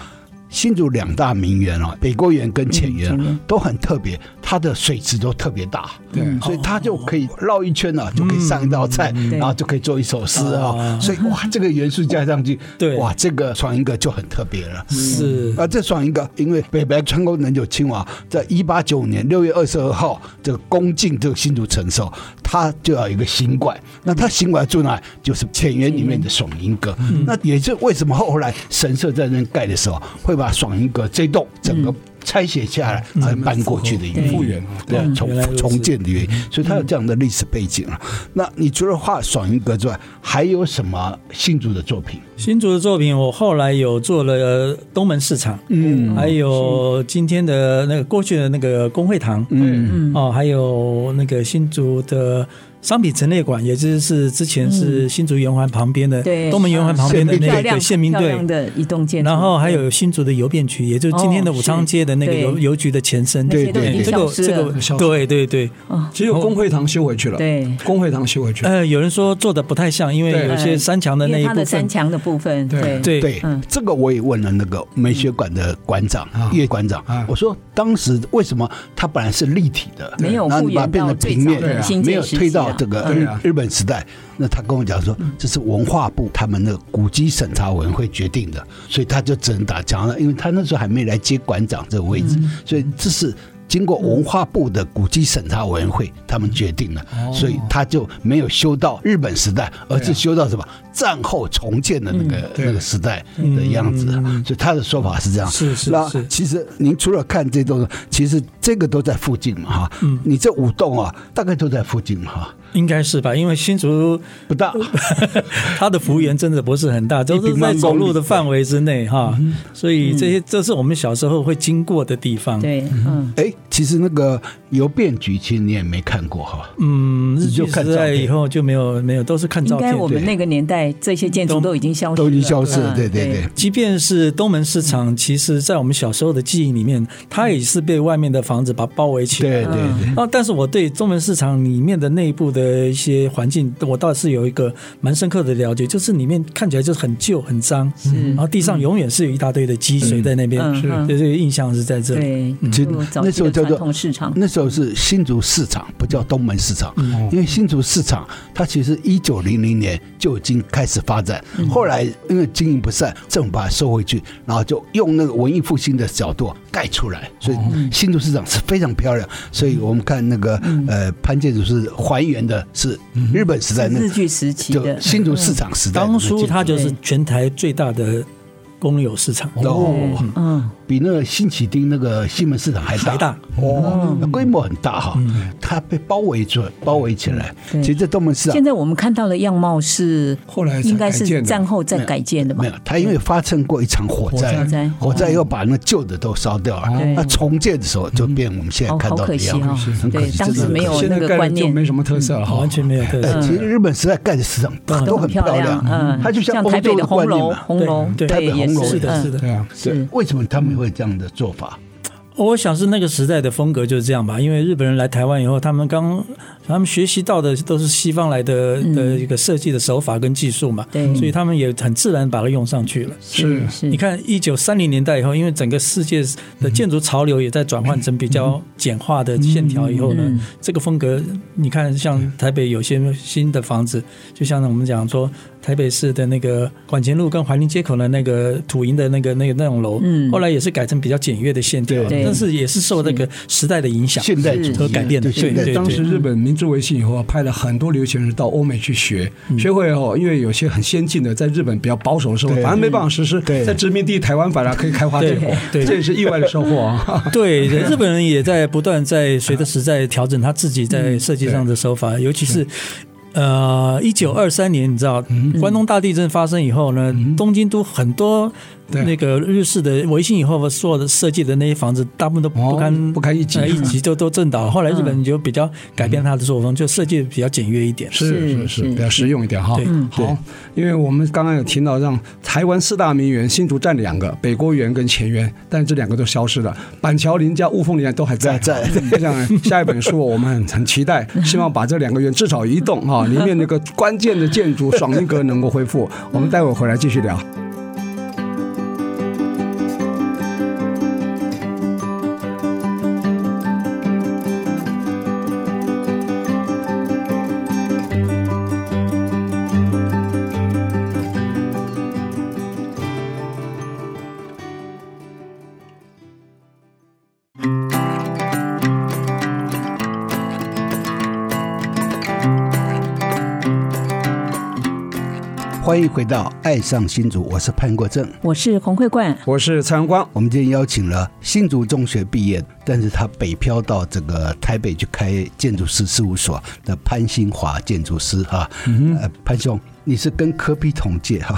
[SPEAKER 3] 新竹两大名园哦，北郭园跟浅园啊
[SPEAKER 1] 嗯浅园
[SPEAKER 3] 都很特别，它的水池都特别大，
[SPEAKER 2] 对
[SPEAKER 3] 所以它就可以绕一圈啊呢，就可以上一道菜，
[SPEAKER 1] 对
[SPEAKER 3] 然后就可以做一首诗啊
[SPEAKER 4] 哦，
[SPEAKER 3] 所以哇，这个元素加上去，
[SPEAKER 4] 对
[SPEAKER 3] 哇，这个爽一个就很特别了。
[SPEAKER 1] 嗯
[SPEAKER 4] 是
[SPEAKER 3] 啊，这爽一个，因为北白川宫能久亲王在一八九五年六月二十二号，这个恭敬这个新竹承寿，他就要有一个新馆。那他新馆住哪？就是浅园里面的爽英阁。
[SPEAKER 4] 嗯
[SPEAKER 3] 那也是为什么后来神社在那盖的时候，会把爽英阁这栋整个拆写下来，才搬过去的原因。
[SPEAKER 2] 复原
[SPEAKER 3] 对
[SPEAKER 4] 嗯，原来
[SPEAKER 3] 重
[SPEAKER 4] 如此嗯
[SPEAKER 3] 重建的原因，所以它有这样的历史背景啊。那你除了画爽英阁之外，还有什么新竹的作品？
[SPEAKER 4] 新竹的作品，我后来有做了呃东门市场，
[SPEAKER 3] 嗯
[SPEAKER 4] 还有今天的那个过去的那个工会堂，
[SPEAKER 3] 嗯，
[SPEAKER 4] 哦，还有那个新竹的商品陈列馆，也就是之前是新竹圆环旁边的，
[SPEAKER 1] 嗯对
[SPEAKER 4] 东门圆环旁边的
[SPEAKER 3] 啊
[SPEAKER 4] 那
[SPEAKER 1] 漂
[SPEAKER 4] 个对
[SPEAKER 1] 亮
[SPEAKER 4] 宪兵
[SPEAKER 1] 漂
[SPEAKER 4] 队
[SPEAKER 1] 亮，的移动建筑，
[SPEAKER 4] 然后还有新竹的邮便局，也就是今天的武昌街的那个
[SPEAKER 1] 哦是
[SPEAKER 4] 邮
[SPEAKER 1] 对
[SPEAKER 4] 邮局的前身。
[SPEAKER 1] 那
[SPEAKER 3] 些都已经
[SPEAKER 4] 这
[SPEAKER 1] 消
[SPEAKER 4] 个
[SPEAKER 1] 失
[SPEAKER 4] 这
[SPEAKER 1] 了哦
[SPEAKER 4] 个对对对。
[SPEAKER 2] 只有
[SPEAKER 3] 哦
[SPEAKER 2] 工会堂修回去了，
[SPEAKER 1] 对
[SPEAKER 2] 工会堂修回去了，
[SPEAKER 4] 呃，有人说做的不太像，因为
[SPEAKER 2] 对
[SPEAKER 4] 有些山墙的
[SPEAKER 1] 因
[SPEAKER 4] 那
[SPEAKER 1] 为
[SPEAKER 4] 一
[SPEAKER 1] 它
[SPEAKER 4] 部
[SPEAKER 1] 的山
[SPEAKER 4] 分，
[SPEAKER 1] 墙的部分，
[SPEAKER 2] 对
[SPEAKER 1] 对
[SPEAKER 4] 对
[SPEAKER 3] 对
[SPEAKER 1] 嗯，啊
[SPEAKER 3] 这个我也问了那个美学馆的馆长
[SPEAKER 2] 嗯
[SPEAKER 3] 叶馆长
[SPEAKER 2] 嗯，
[SPEAKER 3] 我说当时为什么它本来是立体的，
[SPEAKER 1] 没有
[SPEAKER 3] 然后
[SPEAKER 1] 复
[SPEAKER 3] 你把它
[SPEAKER 1] 原
[SPEAKER 3] 变
[SPEAKER 1] 到
[SPEAKER 3] 成
[SPEAKER 1] 最
[SPEAKER 3] 平
[SPEAKER 1] 早
[SPEAKER 3] 面
[SPEAKER 1] 的，新
[SPEAKER 3] 没
[SPEAKER 1] 建
[SPEAKER 3] 有
[SPEAKER 1] 时
[SPEAKER 3] 推
[SPEAKER 1] 期
[SPEAKER 3] 到
[SPEAKER 1] 啊
[SPEAKER 3] 这，个
[SPEAKER 2] 对
[SPEAKER 3] 日
[SPEAKER 2] 啊
[SPEAKER 3] 日本时代？那他跟我讲说，这是文化部他们的古迹审查委员会决定的，所以他就只能打墙了，因为他那时候还没来接馆长这个位置，所以这是。经过文化部的古迹审查委员会，他们决定了，所以他就没有修到日本时代，而是修到什么战后重建的那个
[SPEAKER 2] 对
[SPEAKER 3] 那个时代的样子。啊所以他的说法是这样。
[SPEAKER 4] 是是
[SPEAKER 3] 那
[SPEAKER 4] 是
[SPEAKER 3] 其实您除了看这栋，其实这个都在附近嘛哈。嗯。你这五栋啊，大概都在附近嘛哈，
[SPEAKER 4] 应该是吧？因为 新竹
[SPEAKER 3] 不大。
[SPEAKER 4] 它的幅员真的不是很大，都
[SPEAKER 3] 一
[SPEAKER 4] 是
[SPEAKER 3] 平方
[SPEAKER 4] 在走
[SPEAKER 3] 公里
[SPEAKER 4] 路的范
[SPEAKER 3] 嗯
[SPEAKER 4] 围之内哈，所以这些这是我们小时候会经过的地方。
[SPEAKER 1] 对，嗯，
[SPEAKER 3] 哎，其实那个邮变局，其实你也没看过哈。
[SPEAKER 4] 嗯，日
[SPEAKER 3] 就
[SPEAKER 4] 据
[SPEAKER 3] 看
[SPEAKER 4] 时
[SPEAKER 3] 照
[SPEAKER 4] 代
[SPEAKER 3] 片
[SPEAKER 4] 以后就没有没有，都是看
[SPEAKER 1] 应
[SPEAKER 4] 照
[SPEAKER 1] 该
[SPEAKER 4] 片。
[SPEAKER 1] 我们那个年代这些建筑都已经消失了，
[SPEAKER 3] 都已经消失了，对对
[SPEAKER 1] 嗯
[SPEAKER 3] 对，
[SPEAKER 4] 即便是东门市场，其实在我们小时候的记忆里面，它也是被外面的房子把包围起来。
[SPEAKER 3] 对对
[SPEAKER 1] 嗯
[SPEAKER 3] 对，
[SPEAKER 4] 啊，但是我对中门市场里面的内部的一些环境，我倒是有一个蛮深刻的了解，就是里面看起来就是很旧、很脏，然后地上永远是有一大堆的积水在那边，
[SPEAKER 1] 嗯是
[SPEAKER 4] 对这个印象是在这里。
[SPEAKER 1] 对，
[SPEAKER 3] 其实
[SPEAKER 1] 就早
[SPEAKER 3] 那
[SPEAKER 1] 期
[SPEAKER 3] 时候
[SPEAKER 1] 的
[SPEAKER 3] 叫
[SPEAKER 1] 传
[SPEAKER 3] 做
[SPEAKER 1] 统市场，
[SPEAKER 3] 那时候是新竹市场，不叫东门市场，
[SPEAKER 1] 嗯
[SPEAKER 3] 因为新竹市场它其实一九零零年就已经开始发展，
[SPEAKER 1] 嗯
[SPEAKER 3] 后来因为经营不善，政府把它收回去，然后就用那个文艺复兴的角度盖出来，所
[SPEAKER 1] 哦
[SPEAKER 3] 以新竹市场是非常漂亮。所以我们看那个
[SPEAKER 1] 嗯
[SPEAKER 3] 呃潘建筑是还原的是日本时代那
[SPEAKER 1] 日据时期
[SPEAKER 3] 就
[SPEAKER 1] 的
[SPEAKER 3] 新竹市场时代的那
[SPEAKER 4] 当
[SPEAKER 3] 个建筑，
[SPEAKER 4] 初它就是全台最大的公有市场，
[SPEAKER 3] 哦，
[SPEAKER 1] 嗯，
[SPEAKER 3] 比那个新起町那个西门市场还大，
[SPEAKER 4] 还大
[SPEAKER 1] 嗯
[SPEAKER 3] 哦，那规模很大哈，它被包围住，包围起来。
[SPEAKER 1] 对
[SPEAKER 3] 其实这东门市场
[SPEAKER 1] 现在我们看到的样貌是
[SPEAKER 2] 后来才
[SPEAKER 1] 应该
[SPEAKER 2] 改建
[SPEAKER 1] 是
[SPEAKER 2] 的
[SPEAKER 1] 战后再改建的嘛
[SPEAKER 3] 没有，，它因为发生过一场火灾
[SPEAKER 2] 火
[SPEAKER 1] 灾，嗯
[SPEAKER 3] 火灾又把那旧的都烧掉了
[SPEAKER 1] 对，
[SPEAKER 3] 那重建的时候就变我们现在
[SPEAKER 1] 哦，
[SPEAKER 3] 看
[SPEAKER 1] 好
[SPEAKER 3] 到
[SPEAKER 1] 可
[SPEAKER 3] 的
[SPEAKER 1] 惜
[SPEAKER 3] 样
[SPEAKER 1] 哦
[SPEAKER 3] 子，很，可
[SPEAKER 1] 对
[SPEAKER 3] 惜，，
[SPEAKER 1] 当
[SPEAKER 3] 真的
[SPEAKER 1] 时
[SPEAKER 3] 很
[SPEAKER 1] 没
[SPEAKER 3] 可
[SPEAKER 1] 有
[SPEAKER 3] 惜
[SPEAKER 2] 现
[SPEAKER 1] 那
[SPEAKER 2] 在
[SPEAKER 1] 个
[SPEAKER 2] 盖的
[SPEAKER 1] 观
[SPEAKER 2] 就
[SPEAKER 1] 念
[SPEAKER 2] 没。什么特色了哈，
[SPEAKER 4] 嗯完全没有特
[SPEAKER 3] 哎，
[SPEAKER 4] 色。
[SPEAKER 3] 其实日本时代盖的市场都很漂
[SPEAKER 1] 漂
[SPEAKER 3] 亮，
[SPEAKER 1] 嗯，
[SPEAKER 3] 它就像
[SPEAKER 1] 像
[SPEAKER 3] 欧
[SPEAKER 1] 台北
[SPEAKER 3] 洲
[SPEAKER 1] 的红
[SPEAKER 3] 观念
[SPEAKER 1] 楼，
[SPEAKER 3] 嘛
[SPEAKER 1] 红楼
[SPEAKER 4] 对
[SPEAKER 3] 台北
[SPEAKER 1] 也
[SPEAKER 3] 红楼
[SPEAKER 4] 是的，
[SPEAKER 1] 嗯
[SPEAKER 4] 是的。
[SPEAKER 2] 对啊，
[SPEAKER 1] 是
[SPEAKER 3] 为什么他们会这样的做
[SPEAKER 1] 嗯
[SPEAKER 3] 法？
[SPEAKER 4] 哦我想是那个时代的风格就是这样吧，因为日本人来台湾以后，他们刚他们学习到的都是西方来的的一个设计的手法跟技术嘛，
[SPEAKER 1] 对
[SPEAKER 4] 所以他们也很自然把它用上去了。
[SPEAKER 2] 是
[SPEAKER 1] 是
[SPEAKER 4] 你看，一九三零年代以后，因为整个世界的建筑潮流也在转换成比较简化的线条以后呢，
[SPEAKER 1] 嗯
[SPEAKER 4] 这个风格，你看，像台北有些新的房子，就像我们讲说，台北市的那个管前路跟怀宁街口的那个土银的那个那个那种楼，
[SPEAKER 1] 嗯
[SPEAKER 4] 后来也是改成比较简约的线条，
[SPEAKER 3] 对
[SPEAKER 4] 但是也是受那个时代的影响。
[SPEAKER 3] 现代主
[SPEAKER 4] 是
[SPEAKER 3] 义
[SPEAKER 4] 和改变的
[SPEAKER 3] 对现代
[SPEAKER 4] 对
[SPEAKER 3] 主
[SPEAKER 2] 当
[SPEAKER 3] 义
[SPEAKER 2] 时日本明治维新以后啊，派了很多留学生到欧美去学，
[SPEAKER 4] 嗯
[SPEAKER 2] 学会后，因为有些很先进的，在日本比较保守的时候，
[SPEAKER 3] 对
[SPEAKER 2] 反正没办法实施
[SPEAKER 3] 对，
[SPEAKER 2] 在殖民地台湾反而可以开花结果
[SPEAKER 4] 对，对
[SPEAKER 2] 这也是意外的收获啊。
[SPEAKER 4] 对，日本人也在不断在随着时代调整他自己在设计上的手法，尤其是。呃，一九二三年，你知道
[SPEAKER 2] 嗯
[SPEAKER 4] 关东大地震发生以后呢，东京都很多
[SPEAKER 2] 对
[SPEAKER 4] 那个日式的维新以后所有的设计的那些房子，大部分都不堪、
[SPEAKER 2] 哦不堪一击嗯
[SPEAKER 4] 呃一击都都震倒了。后来日本就比较改变他的作风，就设计比较简约一点。
[SPEAKER 2] 是是
[SPEAKER 1] 是
[SPEAKER 2] 是，
[SPEAKER 1] 是
[SPEAKER 2] 比较实用一点哈
[SPEAKER 4] 对。
[SPEAKER 2] 好，因为我们刚刚有提到，让台湾四大名园新竹占两个，北郭园跟前园，但这两个都消失了。板桥林家、雾峰林家都还在。
[SPEAKER 3] 在在
[SPEAKER 2] 我想下一本书我们很很期待，希望把这两个园至少一栋哈，里面那个关键的建筑爽英阁能够恢复。我们待会儿回来继续聊。
[SPEAKER 3] 欢迎回到《爱上新竹》，我是潘国正。
[SPEAKER 1] 我是洪慧冠，
[SPEAKER 2] 我是蔡阳光，
[SPEAKER 3] 我们今天邀请了新竹中学毕业，但是他北漂到这个台北去开建筑师事务所的潘新华建筑师哈、
[SPEAKER 2] 嗯
[SPEAKER 3] 呃潘兄，你是跟科比同届哈、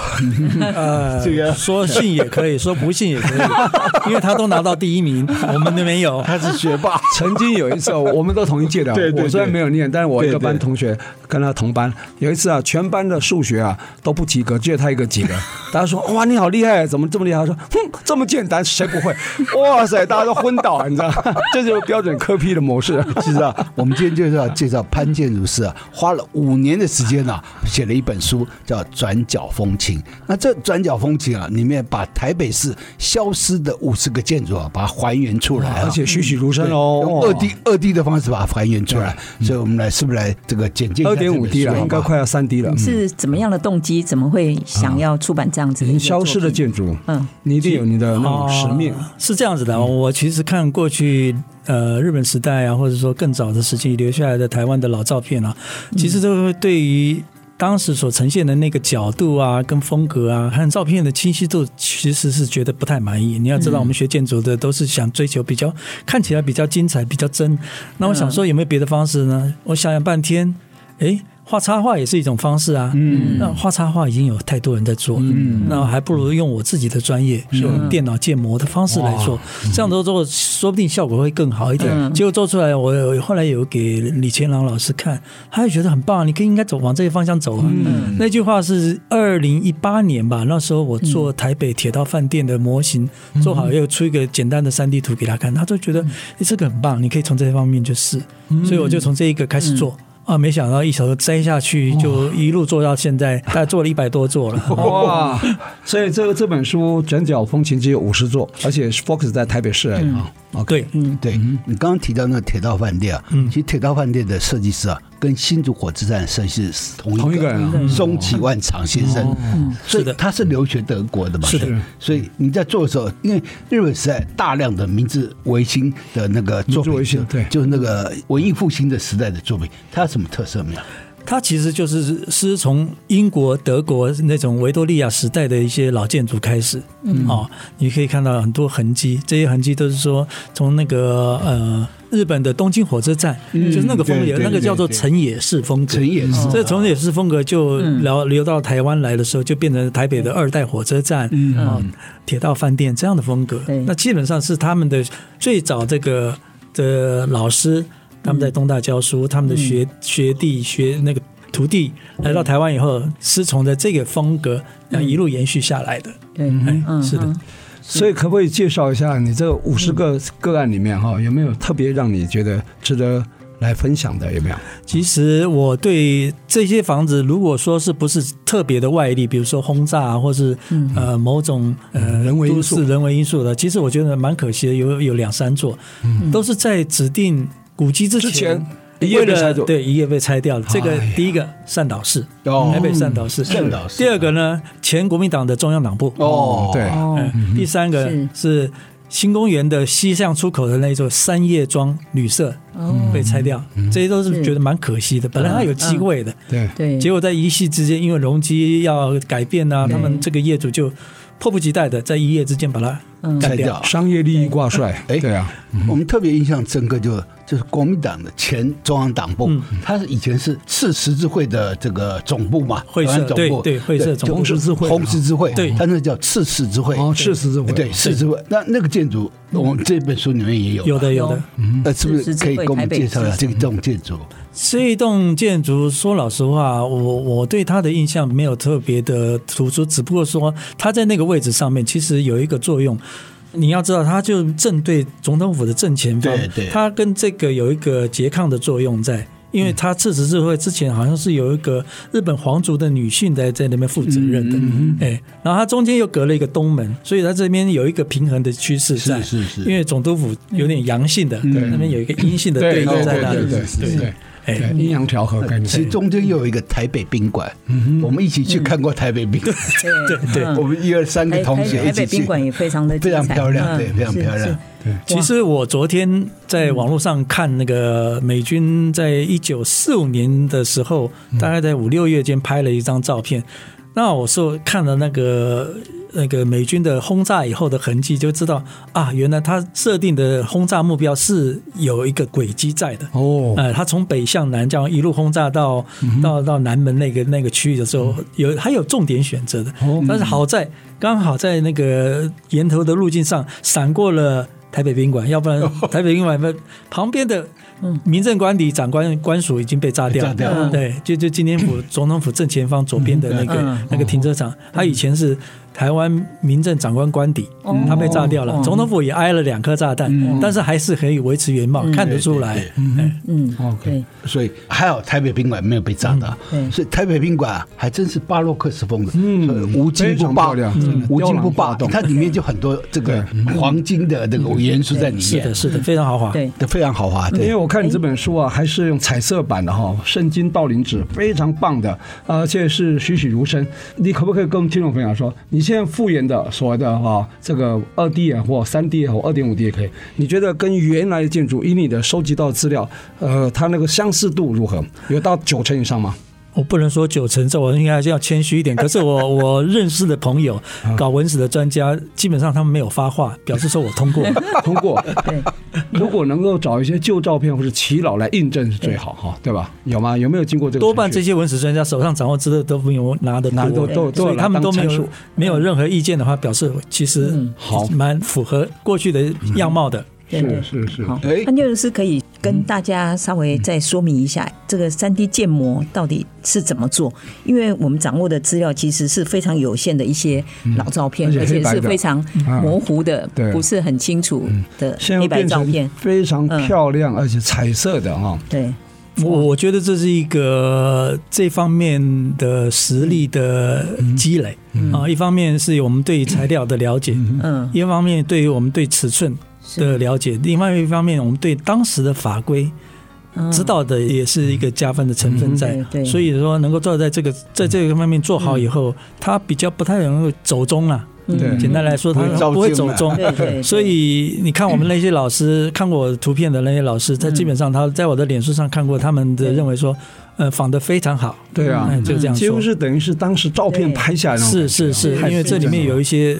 [SPEAKER 4] 呃，
[SPEAKER 3] 这个
[SPEAKER 4] 说信也可以，说不信也可以，因为他都拿到第一名，我们都没有。
[SPEAKER 3] 他是学霸，
[SPEAKER 2] 曾经有一次，我们都同一届的，
[SPEAKER 3] 对对对
[SPEAKER 2] 我虽然没有念，但是我一个班
[SPEAKER 3] 对对
[SPEAKER 2] 同学跟他同班，有一次啊，全班的数学啊都不及格，只有他一个及格。大家说哇，你好厉害，怎么这么厉害？他说哼，这么简单谁 不会？哇塞，大家都昏倒，你知道，这就是标准科批的模 式。
[SPEAKER 3] 是啊。我们今天就是要介绍潘建筑师啊，花了五年的时间啊，写了一本书叫《转角风情》。那这《转角风情》啊，里面把台北市消失的五十个建筑啊，把它还原出来、啊，
[SPEAKER 2] 而且栩栩如生
[SPEAKER 3] 对用
[SPEAKER 2] 哦，嗯
[SPEAKER 3] 二 D 二 D 的方式把它还原出来，所以我们来是不是来这个简介一下
[SPEAKER 2] 二点五 D
[SPEAKER 3] 这本
[SPEAKER 2] 了，
[SPEAKER 3] 书
[SPEAKER 2] 应该快要三 D 了。
[SPEAKER 3] 嗯
[SPEAKER 1] 是怎么样的动机，怎么会想
[SPEAKER 3] 啊
[SPEAKER 1] 要出版这样子的一
[SPEAKER 2] 你
[SPEAKER 1] 个
[SPEAKER 2] 消失
[SPEAKER 1] 作
[SPEAKER 2] 的
[SPEAKER 1] 品
[SPEAKER 2] 建筑，
[SPEAKER 1] 嗯，
[SPEAKER 2] 你一定有你的那种使命。
[SPEAKER 4] 哦是这样子的，我其实看过去呃日本时代啊，或者说更早的时期留下来的台湾的老照片啊，其实都会对于。当时所呈现的那个角度啊，跟风格啊，和照片的清晰度，其实是觉得不太满意。你要知道，我们学建筑的都是想追求比较看起来比较精彩、比较真。那我想说，有没有别的方式呢？我想想半天，诶，画插画也是一种方式啊。嗯，那画插画已经有太多人在做，嗯，啊那还不如用我自己的专业，用电脑建模的方式来做，这样子做说不定效果会更好一点。结果做出来，我有后来有给李乾朗老师看，他也觉得很棒，你可以应该走往这个方向走啊。那句话是二零一八年吧，那时候我做台北铁道饭店的模型，做好又出一个简单的三 D 图给他看，他就觉得、诶这个很棒，你可以从这方面去试，所以我就从这一个开始做。啊，没想到一头栽下去，就一路做到现在，大概做了一百多座了。哦
[SPEAKER 2] 哇！所以这个这本书《转角风情》只有五十座，而且是 focus 在台北市而已
[SPEAKER 3] 嗯
[SPEAKER 2] 啊。啊，
[SPEAKER 4] 对，
[SPEAKER 3] 对你刚刚提到那个铁道饭店啊，
[SPEAKER 2] 嗯
[SPEAKER 3] 其实铁道饭店的设计师啊，跟新竹火车站设计师是同
[SPEAKER 2] 同一
[SPEAKER 3] 一
[SPEAKER 2] 个
[SPEAKER 3] 个
[SPEAKER 2] 人啊嗯
[SPEAKER 3] 人，松崎万长先生，所以
[SPEAKER 4] 是的
[SPEAKER 3] 他是留学德国的嘛，
[SPEAKER 4] 是的，
[SPEAKER 3] 所以你在做的时候，因为日本时代大量的明治维新的那个
[SPEAKER 2] 明
[SPEAKER 3] 作
[SPEAKER 2] 治
[SPEAKER 3] 品，
[SPEAKER 2] 维新
[SPEAKER 3] 就
[SPEAKER 2] 对
[SPEAKER 3] 就是那个文艺复兴的时代的作品，它有什么特色没有？
[SPEAKER 4] 它其实就是师从英国、德国那种维多利亚时代的一些老建筑开始。嗯，哦，你可以看到很多痕迹，这些痕迹都是说从那个呃日本的东京火车站，就是那个风
[SPEAKER 2] 嗯对
[SPEAKER 4] 格，
[SPEAKER 2] 对
[SPEAKER 4] 那个叫做
[SPEAKER 2] 对对
[SPEAKER 4] 城野式风格。嗯
[SPEAKER 3] 陈也是
[SPEAKER 4] 这从也是风格就
[SPEAKER 1] 嗯
[SPEAKER 4] 流流到台湾来的时候，就变成台北的二代火车站啊、铁道饭店这样的风格
[SPEAKER 1] 嗯对。
[SPEAKER 4] 那基本上是他们的最早这个的老师，他们在东大教书，他们的
[SPEAKER 1] 嗯
[SPEAKER 4] 学学弟学那个徒弟来到台湾以后，师从的这个风格，那一路延续下来的。
[SPEAKER 1] 对，
[SPEAKER 4] 哎
[SPEAKER 1] 嗯，
[SPEAKER 4] 是的
[SPEAKER 1] 嗯
[SPEAKER 2] 所以可不可以介绍一下你这五十个个案里面哈，有没有特别让你觉得值得来分享的？有没有？
[SPEAKER 4] 其实我对这些房子，如果说是不是特别的外力，比如说轰炸啊，或是呃某种呃
[SPEAKER 2] 嗯人为因素
[SPEAKER 4] 都市人为因素的，其实我觉得蛮可惜的。有有两三座，都是在指定古迹
[SPEAKER 2] 嗯
[SPEAKER 4] 之
[SPEAKER 2] 之前一夜
[SPEAKER 4] 为
[SPEAKER 2] 被哎拆
[SPEAKER 4] 了
[SPEAKER 2] 走
[SPEAKER 4] 对一夜被拆掉了。这个第一个善导市，
[SPEAKER 3] 哦
[SPEAKER 4] 台北善导市，
[SPEAKER 3] 善导市
[SPEAKER 4] 第二个呢，前国民党的中央党部。
[SPEAKER 3] 哦，
[SPEAKER 2] 对，
[SPEAKER 1] 哦，
[SPEAKER 4] 嗯第三个
[SPEAKER 1] 是
[SPEAKER 4] 是新公园的西向出口的那一座三叶庄旅社被拆掉，这些都是
[SPEAKER 1] 是
[SPEAKER 4] 觉得蛮可惜的。本来它有机会的，
[SPEAKER 2] 嗯对，
[SPEAKER 1] 对，
[SPEAKER 4] 结果在一夕之间，因为容积要改变啊，他们这个业主就迫不及待的在一夜之间把它
[SPEAKER 3] 拆
[SPEAKER 4] 干掉。
[SPEAKER 3] 掉。
[SPEAKER 2] 商业利益挂帅，
[SPEAKER 3] 哎
[SPEAKER 2] 对啊，
[SPEAKER 4] 嗯
[SPEAKER 3] 我们特别印象深刻就就是国民党的前中央党部
[SPEAKER 4] 嗯，
[SPEAKER 3] 它是以前是市十字会的这个总部嘛，
[SPEAKER 4] 会社
[SPEAKER 3] 台湾总部
[SPEAKER 4] 对对会社总
[SPEAKER 3] 就
[SPEAKER 4] 部红十字会
[SPEAKER 3] 红十字会，
[SPEAKER 4] 对
[SPEAKER 3] 它那叫赤十字会，
[SPEAKER 2] 哦赤十字会
[SPEAKER 3] 对赤十字会。那那个建筑，我们这本书里面也有，
[SPEAKER 4] 有的有的
[SPEAKER 1] 有，
[SPEAKER 3] 呃，是不是可以给我们介绍一下这个这种建筑？
[SPEAKER 4] 嗯这一栋建筑，说老实话，我我对它的印象没有特别的突出，只不过说它在那个位置上面，其实有一个作用。你要知道，它就正对总统府的正前方
[SPEAKER 3] 对，对
[SPEAKER 4] 它跟这个有一个拮抗的作用在。因为它赤十字会之前好像是有一个日本皇族的女性在在那边负责任的，
[SPEAKER 2] 嗯
[SPEAKER 4] 哎，然后它中间又隔了一个东门，所以它这边有一个平衡的趋势在。
[SPEAKER 3] 是是是
[SPEAKER 4] 因为总督府有点阳性的，那边有一个阴性的
[SPEAKER 2] 嗯对对
[SPEAKER 4] 对立
[SPEAKER 2] 对
[SPEAKER 4] 在那里
[SPEAKER 2] 对，对对
[SPEAKER 4] 哎
[SPEAKER 2] 对，阴阳调和概
[SPEAKER 3] 其实
[SPEAKER 2] 念。
[SPEAKER 3] 中间又有一个台北宾馆，
[SPEAKER 4] 嗯
[SPEAKER 3] 我们一起去看过台北宾馆，
[SPEAKER 1] 对
[SPEAKER 4] 对
[SPEAKER 1] 嗯
[SPEAKER 3] 我们一二三个
[SPEAKER 1] 台
[SPEAKER 3] 同
[SPEAKER 1] 台
[SPEAKER 3] 学
[SPEAKER 1] 台
[SPEAKER 3] 一起
[SPEAKER 1] 北
[SPEAKER 3] 去
[SPEAKER 1] 宾，馆也非常的嗯
[SPEAKER 3] 非常漂亮，对，非常漂亮。
[SPEAKER 4] 其实我昨天在网络上看那个美军在一九四五年的时候，大概在五六月间拍了一张照片。那我是看了那个那个美军的轰炸以后的痕迹，就知道啊，原来他设定的轰炸目标是有一个轨迹在的。
[SPEAKER 2] 哦，
[SPEAKER 4] 呃，他从北向南这样一路轰炸到、到到南门那个那个区域的时候，有还有重点选择的，但是好在刚好在那个沿途的路径上闪过了台北宾馆，要不然台北宾馆不旁边的民政管理长官官署已经被炸掉了，嗯
[SPEAKER 3] 炸掉了
[SPEAKER 4] 对，就就今天府总统府正前方左边的那个、
[SPEAKER 1] 嗯
[SPEAKER 4] 那个停车场，它以前是。台湾民政长官官邸，它被炸掉了，总统府也挨了两颗炸弹，但是还是可以维持原貌，看得出来。
[SPEAKER 3] 对对
[SPEAKER 1] 嗯，对，
[SPEAKER 3] 所以还好台北宾馆没有被炸到，
[SPEAKER 1] 嗯对
[SPEAKER 3] 所以台北宾馆啊还真是巴洛克式风的，嗯，无
[SPEAKER 2] 非
[SPEAKER 3] 金
[SPEAKER 2] 常漂
[SPEAKER 3] 不爆嗯
[SPEAKER 2] 亮
[SPEAKER 4] 嗯
[SPEAKER 2] 真的，
[SPEAKER 3] 无金
[SPEAKER 2] 雕
[SPEAKER 3] 不
[SPEAKER 2] 栏画
[SPEAKER 3] 爆，
[SPEAKER 2] 栋
[SPEAKER 3] 它里面就很多这个黄金的这个元素在里
[SPEAKER 4] 是
[SPEAKER 3] 面
[SPEAKER 4] 的，，是的，非常豪华。
[SPEAKER 1] 嗯对，
[SPEAKER 3] 都非常豪华。
[SPEAKER 2] 因为
[SPEAKER 3] 对，
[SPEAKER 2] 我看你这本书啊，还是用彩色版的哈、圣经道林纸，非常棒的，而且是栩栩如生。你可不可以跟我们听众朋友说，你现在复原的所谓的哈、这个二 D 也或三 D 也或二点五 D 也可以，你觉得跟原来的建筑，以你的收集到的资料，呃，它那个相似度如何？有到九成以上吗？
[SPEAKER 4] 我不能说九成这我应该还是要谦虚 一点。可是我我认识的朋友，
[SPEAKER 2] 啊
[SPEAKER 4] 搞文史的专家，基本上他们没有发话，表示说我 通过。
[SPEAKER 2] 通过。
[SPEAKER 1] 对，
[SPEAKER 2] 如果能够找一些旧照片或者耆老来印证是最好哈，对吧？有吗？有没有经过这个程序？
[SPEAKER 4] 多半这些文史专家手上掌握资料都没有拿得多
[SPEAKER 2] 拿得多都都有
[SPEAKER 4] 所以
[SPEAKER 2] 拿
[SPEAKER 4] 他们都没
[SPEAKER 2] 当参数
[SPEAKER 4] 有没有任何意见的话，表示其实
[SPEAKER 1] 嗯
[SPEAKER 2] 好
[SPEAKER 4] 蛮符合过去的样貌的。
[SPEAKER 1] 对对。
[SPEAKER 2] 是是是，
[SPEAKER 1] 好，
[SPEAKER 3] 哎
[SPEAKER 1] 那就是可以跟大家稍微再说明一
[SPEAKER 2] 嗯
[SPEAKER 1] 下，这个三 D 建模到底是怎么做？因为我们掌握的资料其实是非常有限的一些老照片，
[SPEAKER 2] 嗯而
[SPEAKER 1] 而
[SPEAKER 2] 且黑
[SPEAKER 1] 且
[SPEAKER 2] 白的嗯
[SPEAKER 1] 是非常模糊的，
[SPEAKER 2] 对嗯
[SPEAKER 1] 不是很清楚的
[SPEAKER 2] 现
[SPEAKER 1] 黑
[SPEAKER 2] 在
[SPEAKER 1] 白
[SPEAKER 2] 变
[SPEAKER 1] 照
[SPEAKER 2] 成
[SPEAKER 1] 片。
[SPEAKER 2] 非常漂亮而且彩色的哈，
[SPEAKER 1] 对，
[SPEAKER 2] 嗯
[SPEAKER 4] 我我觉得这是一个这方面的实力的
[SPEAKER 2] 嗯
[SPEAKER 4] 积累啊，一方面是我们对于材料的了解，
[SPEAKER 1] 嗯，
[SPEAKER 4] 一方面对于我们对尺寸的了解，另外一方面我们对当时的法规
[SPEAKER 1] 嗯
[SPEAKER 4] 知道的也是一个加分的成分在
[SPEAKER 1] 嗯，对对
[SPEAKER 4] 所以说能够做在这个在这个方面做好以后，它比较不太能够走中了、
[SPEAKER 1] 嗯
[SPEAKER 2] 对
[SPEAKER 4] 简单来说，它
[SPEAKER 3] 不会照
[SPEAKER 4] 不会
[SPEAKER 3] 镜
[SPEAKER 4] 走
[SPEAKER 3] 了
[SPEAKER 4] 中。
[SPEAKER 1] 对对，
[SPEAKER 4] 所以你看，我们那些老师看过我图片的那些老师，在基本上他在我的脸书上看过，他们的
[SPEAKER 1] 对
[SPEAKER 4] 认为说，呃，仿的非常好，
[SPEAKER 2] 对啊
[SPEAKER 4] 嗯，就这样
[SPEAKER 2] 几乎
[SPEAKER 4] 说。
[SPEAKER 2] 是等于是当时照片拍下来那种感觉
[SPEAKER 4] 是
[SPEAKER 2] 啊，
[SPEAKER 4] 是是，
[SPEAKER 2] 太
[SPEAKER 4] 因为这里面有一些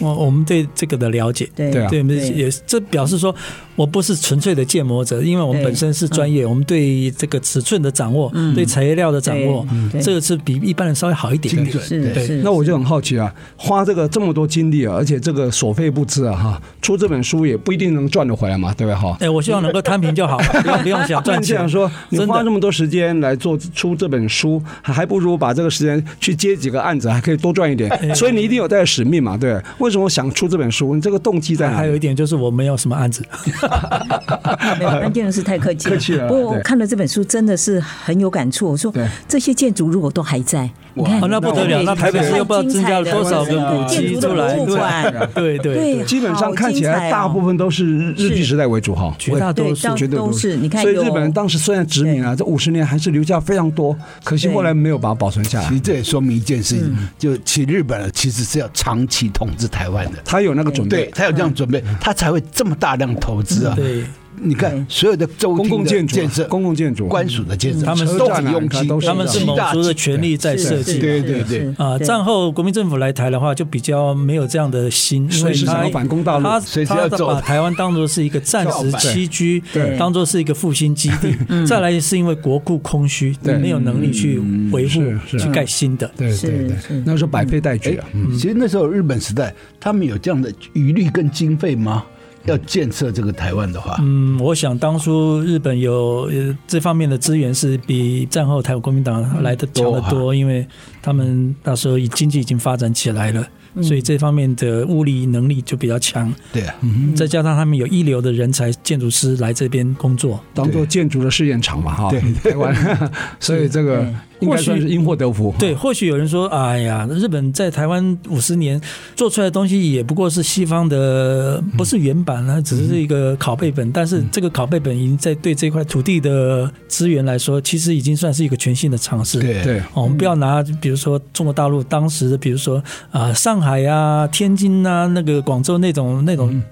[SPEAKER 4] 我我们对这个的了解，
[SPEAKER 1] 对
[SPEAKER 2] 对啊
[SPEAKER 4] 对，我们
[SPEAKER 1] 对
[SPEAKER 4] 也这表示说我不是纯粹的建模者，因为我们
[SPEAKER 1] 对
[SPEAKER 4] 本身是专业，我们对这个尺寸的掌握，
[SPEAKER 1] 嗯
[SPEAKER 4] 对材料的掌握
[SPEAKER 1] 嗯，对
[SPEAKER 4] 这个是比一般人稍微好一点
[SPEAKER 3] 精
[SPEAKER 4] 的。
[SPEAKER 3] 准
[SPEAKER 1] 是
[SPEAKER 3] 对
[SPEAKER 1] 是，
[SPEAKER 2] 那我就很好奇啊，花这个这么多精力啊，而且这个所费不赀啊，哈，出这本书也不一定能赚得回来嘛，对吧？哈，
[SPEAKER 4] 哎，我希望能够摊 平就好，不用不用想赚
[SPEAKER 2] 但这
[SPEAKER 4] 钱
[SPEAKER 2] 样。说，你
[SPEAKER 4] 真的
[SPEAKER 2] 花这么多时间来做出这本书，还还不如把这个时间去接几个案子，还可以多赚一点。所以你一定有带着使命嘛，对？为什么想出这本书？你这个动机在哪
[SPEAKER 4] 还有一
[SPEAKER 2] 里？
[SPEAKER 4] 点就是我没有什么案
[SPEAKER 1] 哎
[SPEAKER 4] 子，
[SPEAKER 1] 没有，那建筑师太客气了。
[SPEAKER 2] 客气了
[SPEAKER 1] 不过我
[SPEAKER 2] 对
[SPEAKER 1] 看了这本书，真的是很有感触。我说
[SPEAKER 2] 对
[SPEAKER 1] 这些建筑如果都还在，你看
[SPEAKER 4] 哦，那不得了，那台北市又不知道增加了多少个古迹
[SPEAKER 1] 建
[SPEAKER 4] 出来，
[SPEAKER 1] 筑的博物馆
[SPEAKER 4] 对对对，
[SPEAKER 1] 对，
[SPEAKER 2] 基本上看起
[SPEAKER 1] 好精
[SPEAKER 2] 来，
[SPEAKER 1] 彩哦
[SPEAKER 2] 大部分都是日据时代为主哈，
[SPEAKER 4] 绝大多数
[SPEAKER 1] 对
[SPEAKER 2] 绝对
[SPEAKER 1] 都是你看
[SPEAKER 2] 所以
[SPEAKER 1] 有
[SPEAKER 2] 日本人当时虽然殖民啊，这五十年还是留下非常多，可惜
[SPEAKER 1] 对
[SPEAKER 2] 后来没有把它保存下
[SPEAKER 3] 其
[SPEAKER 2] 来
[SPEAKER 3] 实。这也说明一件事
[SPEAKER 4] 嗯
[SPEAKER 3] 情，就其实日本人其实是要长期统治台湾的，
[SPEAKER 2] 他有那个准
[SPEAKER 3] 对
[SPEAKER 2] 备，
[SPEAKER 3] 他有这样准备，他才会这么大量投资啊。
[SPEAKER 4] 嗯对，嗯
[SPEAKER 3] 你看
[SPEAKER 1] 对
[SPEAKER 3] 所有的州
[SPEAKER 2] 公
[SPEAKER 3] 厅
[SPEAKER 2] 共
[SPEAKER 3] 的
[SPEAKER 2] 建筑啊
[SPEAKER 3] 建设、
[SPEAKER 2] 公共建筑
[SPEAKER 3] 官署的建设，
[SPEAKER 4] 他们是
[SPEAKER 3] 都很用
[SPEAKER 2] 站啊
[SPEAKER 3] 心，
[SPEAKER 2] 都是
[SPEAKER 4] 他们是
[SPEAKER 2] 极
[SPEAKER 4] 某
[SPEAKER 3] 大
[SPEAKER 4] 族的权利在
[SPEAKER 1] 是
[SPEAKER 4] 设
[SPEAKER 1] 是
[SPEAKER 4] 计。
[SPEAKER 3] 对对
[SPEAKER 1] 是
[SPEAKER 3] 对
[SPEAKER 1] 是
[SPEAKER 4] 啊，
[SPEAKER 1] 对
[SPEAKER 4] 战后国民政府来台的话，就比较没有这样的心，因
[SPEAKER 2] 随
[SPEAKER 4] 为
[SPEAKER 2] 时想
[SPEAKER 4] 他
[SPEAKER 2] 要反攻大陆
[SPEAKER 4] 他
[SPEAKER 3] 随时
[SPEAKER 4] 他
[SPEAKER 3] 要
[SPEAKER 4] 的
[SPEAKER 3] 走
[SPEAKER 4] 把台湾当做是一 个暂时栖居
[SPEAKER 1] 对，
[SPEAKER 4] 当做是一个复兴基地。再来是因为国库空虚，
[SPEAKER 2] 对
[SPEAKER 4] 没有能力去维护
[SPEAKER 2] 嗯、是是
[SPEAKER 4] 去盖新的。
[SPEAKER 2] 对
[SPEAKER 1] 是
[SPEAKER 2] 对对
[SPEAKER 1] 是，
[SPEAKER 2] 那时候百废待举啊。
[SPEAKER 3] 哎其实那时候日本时代，他们有这样的余力跟经费吗？要建设这个台湾的话，
[SPEAKER 4] 嗯，我想当初日本有呃这方面的资源是比战后台湾国民党来的强得
[SPEAKER 2] 嗯
[SPEAKER 3] 多
[SPEAKER 4] 多，因为他们那时候已经济已经发展起来了，所以这方面的物力能力就比较强。
[SPEAKER 3] 对啊，
[SPEAKER 4] 再加上他们有一流的人才建筑师来这边工作，
[SPEAKER 2] 当做建筑的试验场嘛，哈，
[SPEAKER 3] 对
[SPEAKER 2] 台湾，所以这个应该算是因祸得福。
[SPEAKER 4] 对，或许有人说，哎呀，日本在台湾五十年做出来的东西也不过是西方的，不是原版啊，只是一个拷贝本。但是这个拷贝本已经在对这块土地的资源来说，其实已经算是一个全新的尝试。。
[SPEAKER 3] 对
[SPEAKER 2] 对，
[SPEAKER 4] 哦，我们不要拿，比如说中国大陆当时的，比如说啊、呃上海啊、天津啊、那个广州那种那
[SPEAKER 2] 嗯
[SPEAKER 4] 种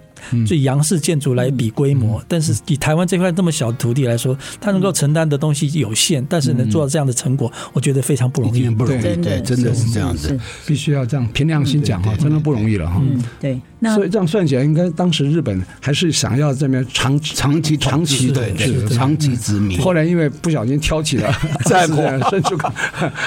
[SPEAKER 4] 最洋式建筑来比规模，但是以台湾这块这么小的土地来说，它
[SPEAKER 2] 嗯
[SPEAKER 4] 能够承担的东西有限，但是能做到这样的成果，我觉得非常不
[SPEAKER 3] 一
[SPEAKER 4] 容易
[SPEAKER 2] 嗯
[SPEAKER 3] 定。不容易，
[SPEAKER 1] 真
[SPEAKER 3] 对，
[SPEAKER 1] 的
[SPEAKER 3] 真的是这样子
[SPEAKER 1] 是。
[SPEAKER 2] 必须要这样凭良心讲哈，真的不容易了哈。
[SPEAKER 1] 嗯，对。那
[SPEAKER 2] 所以这样算起来，应该当时日本还是想要这边长
[SPEAKER 3] 长期
[SPEAKER 2] 长期
[SPEAKER 3] 对
[SPEAKER 2] 统治
[SPEAKER 3] 对，长期殖民。
[SPEAKER 2] 后来因为不小心挑起了战火，伸出个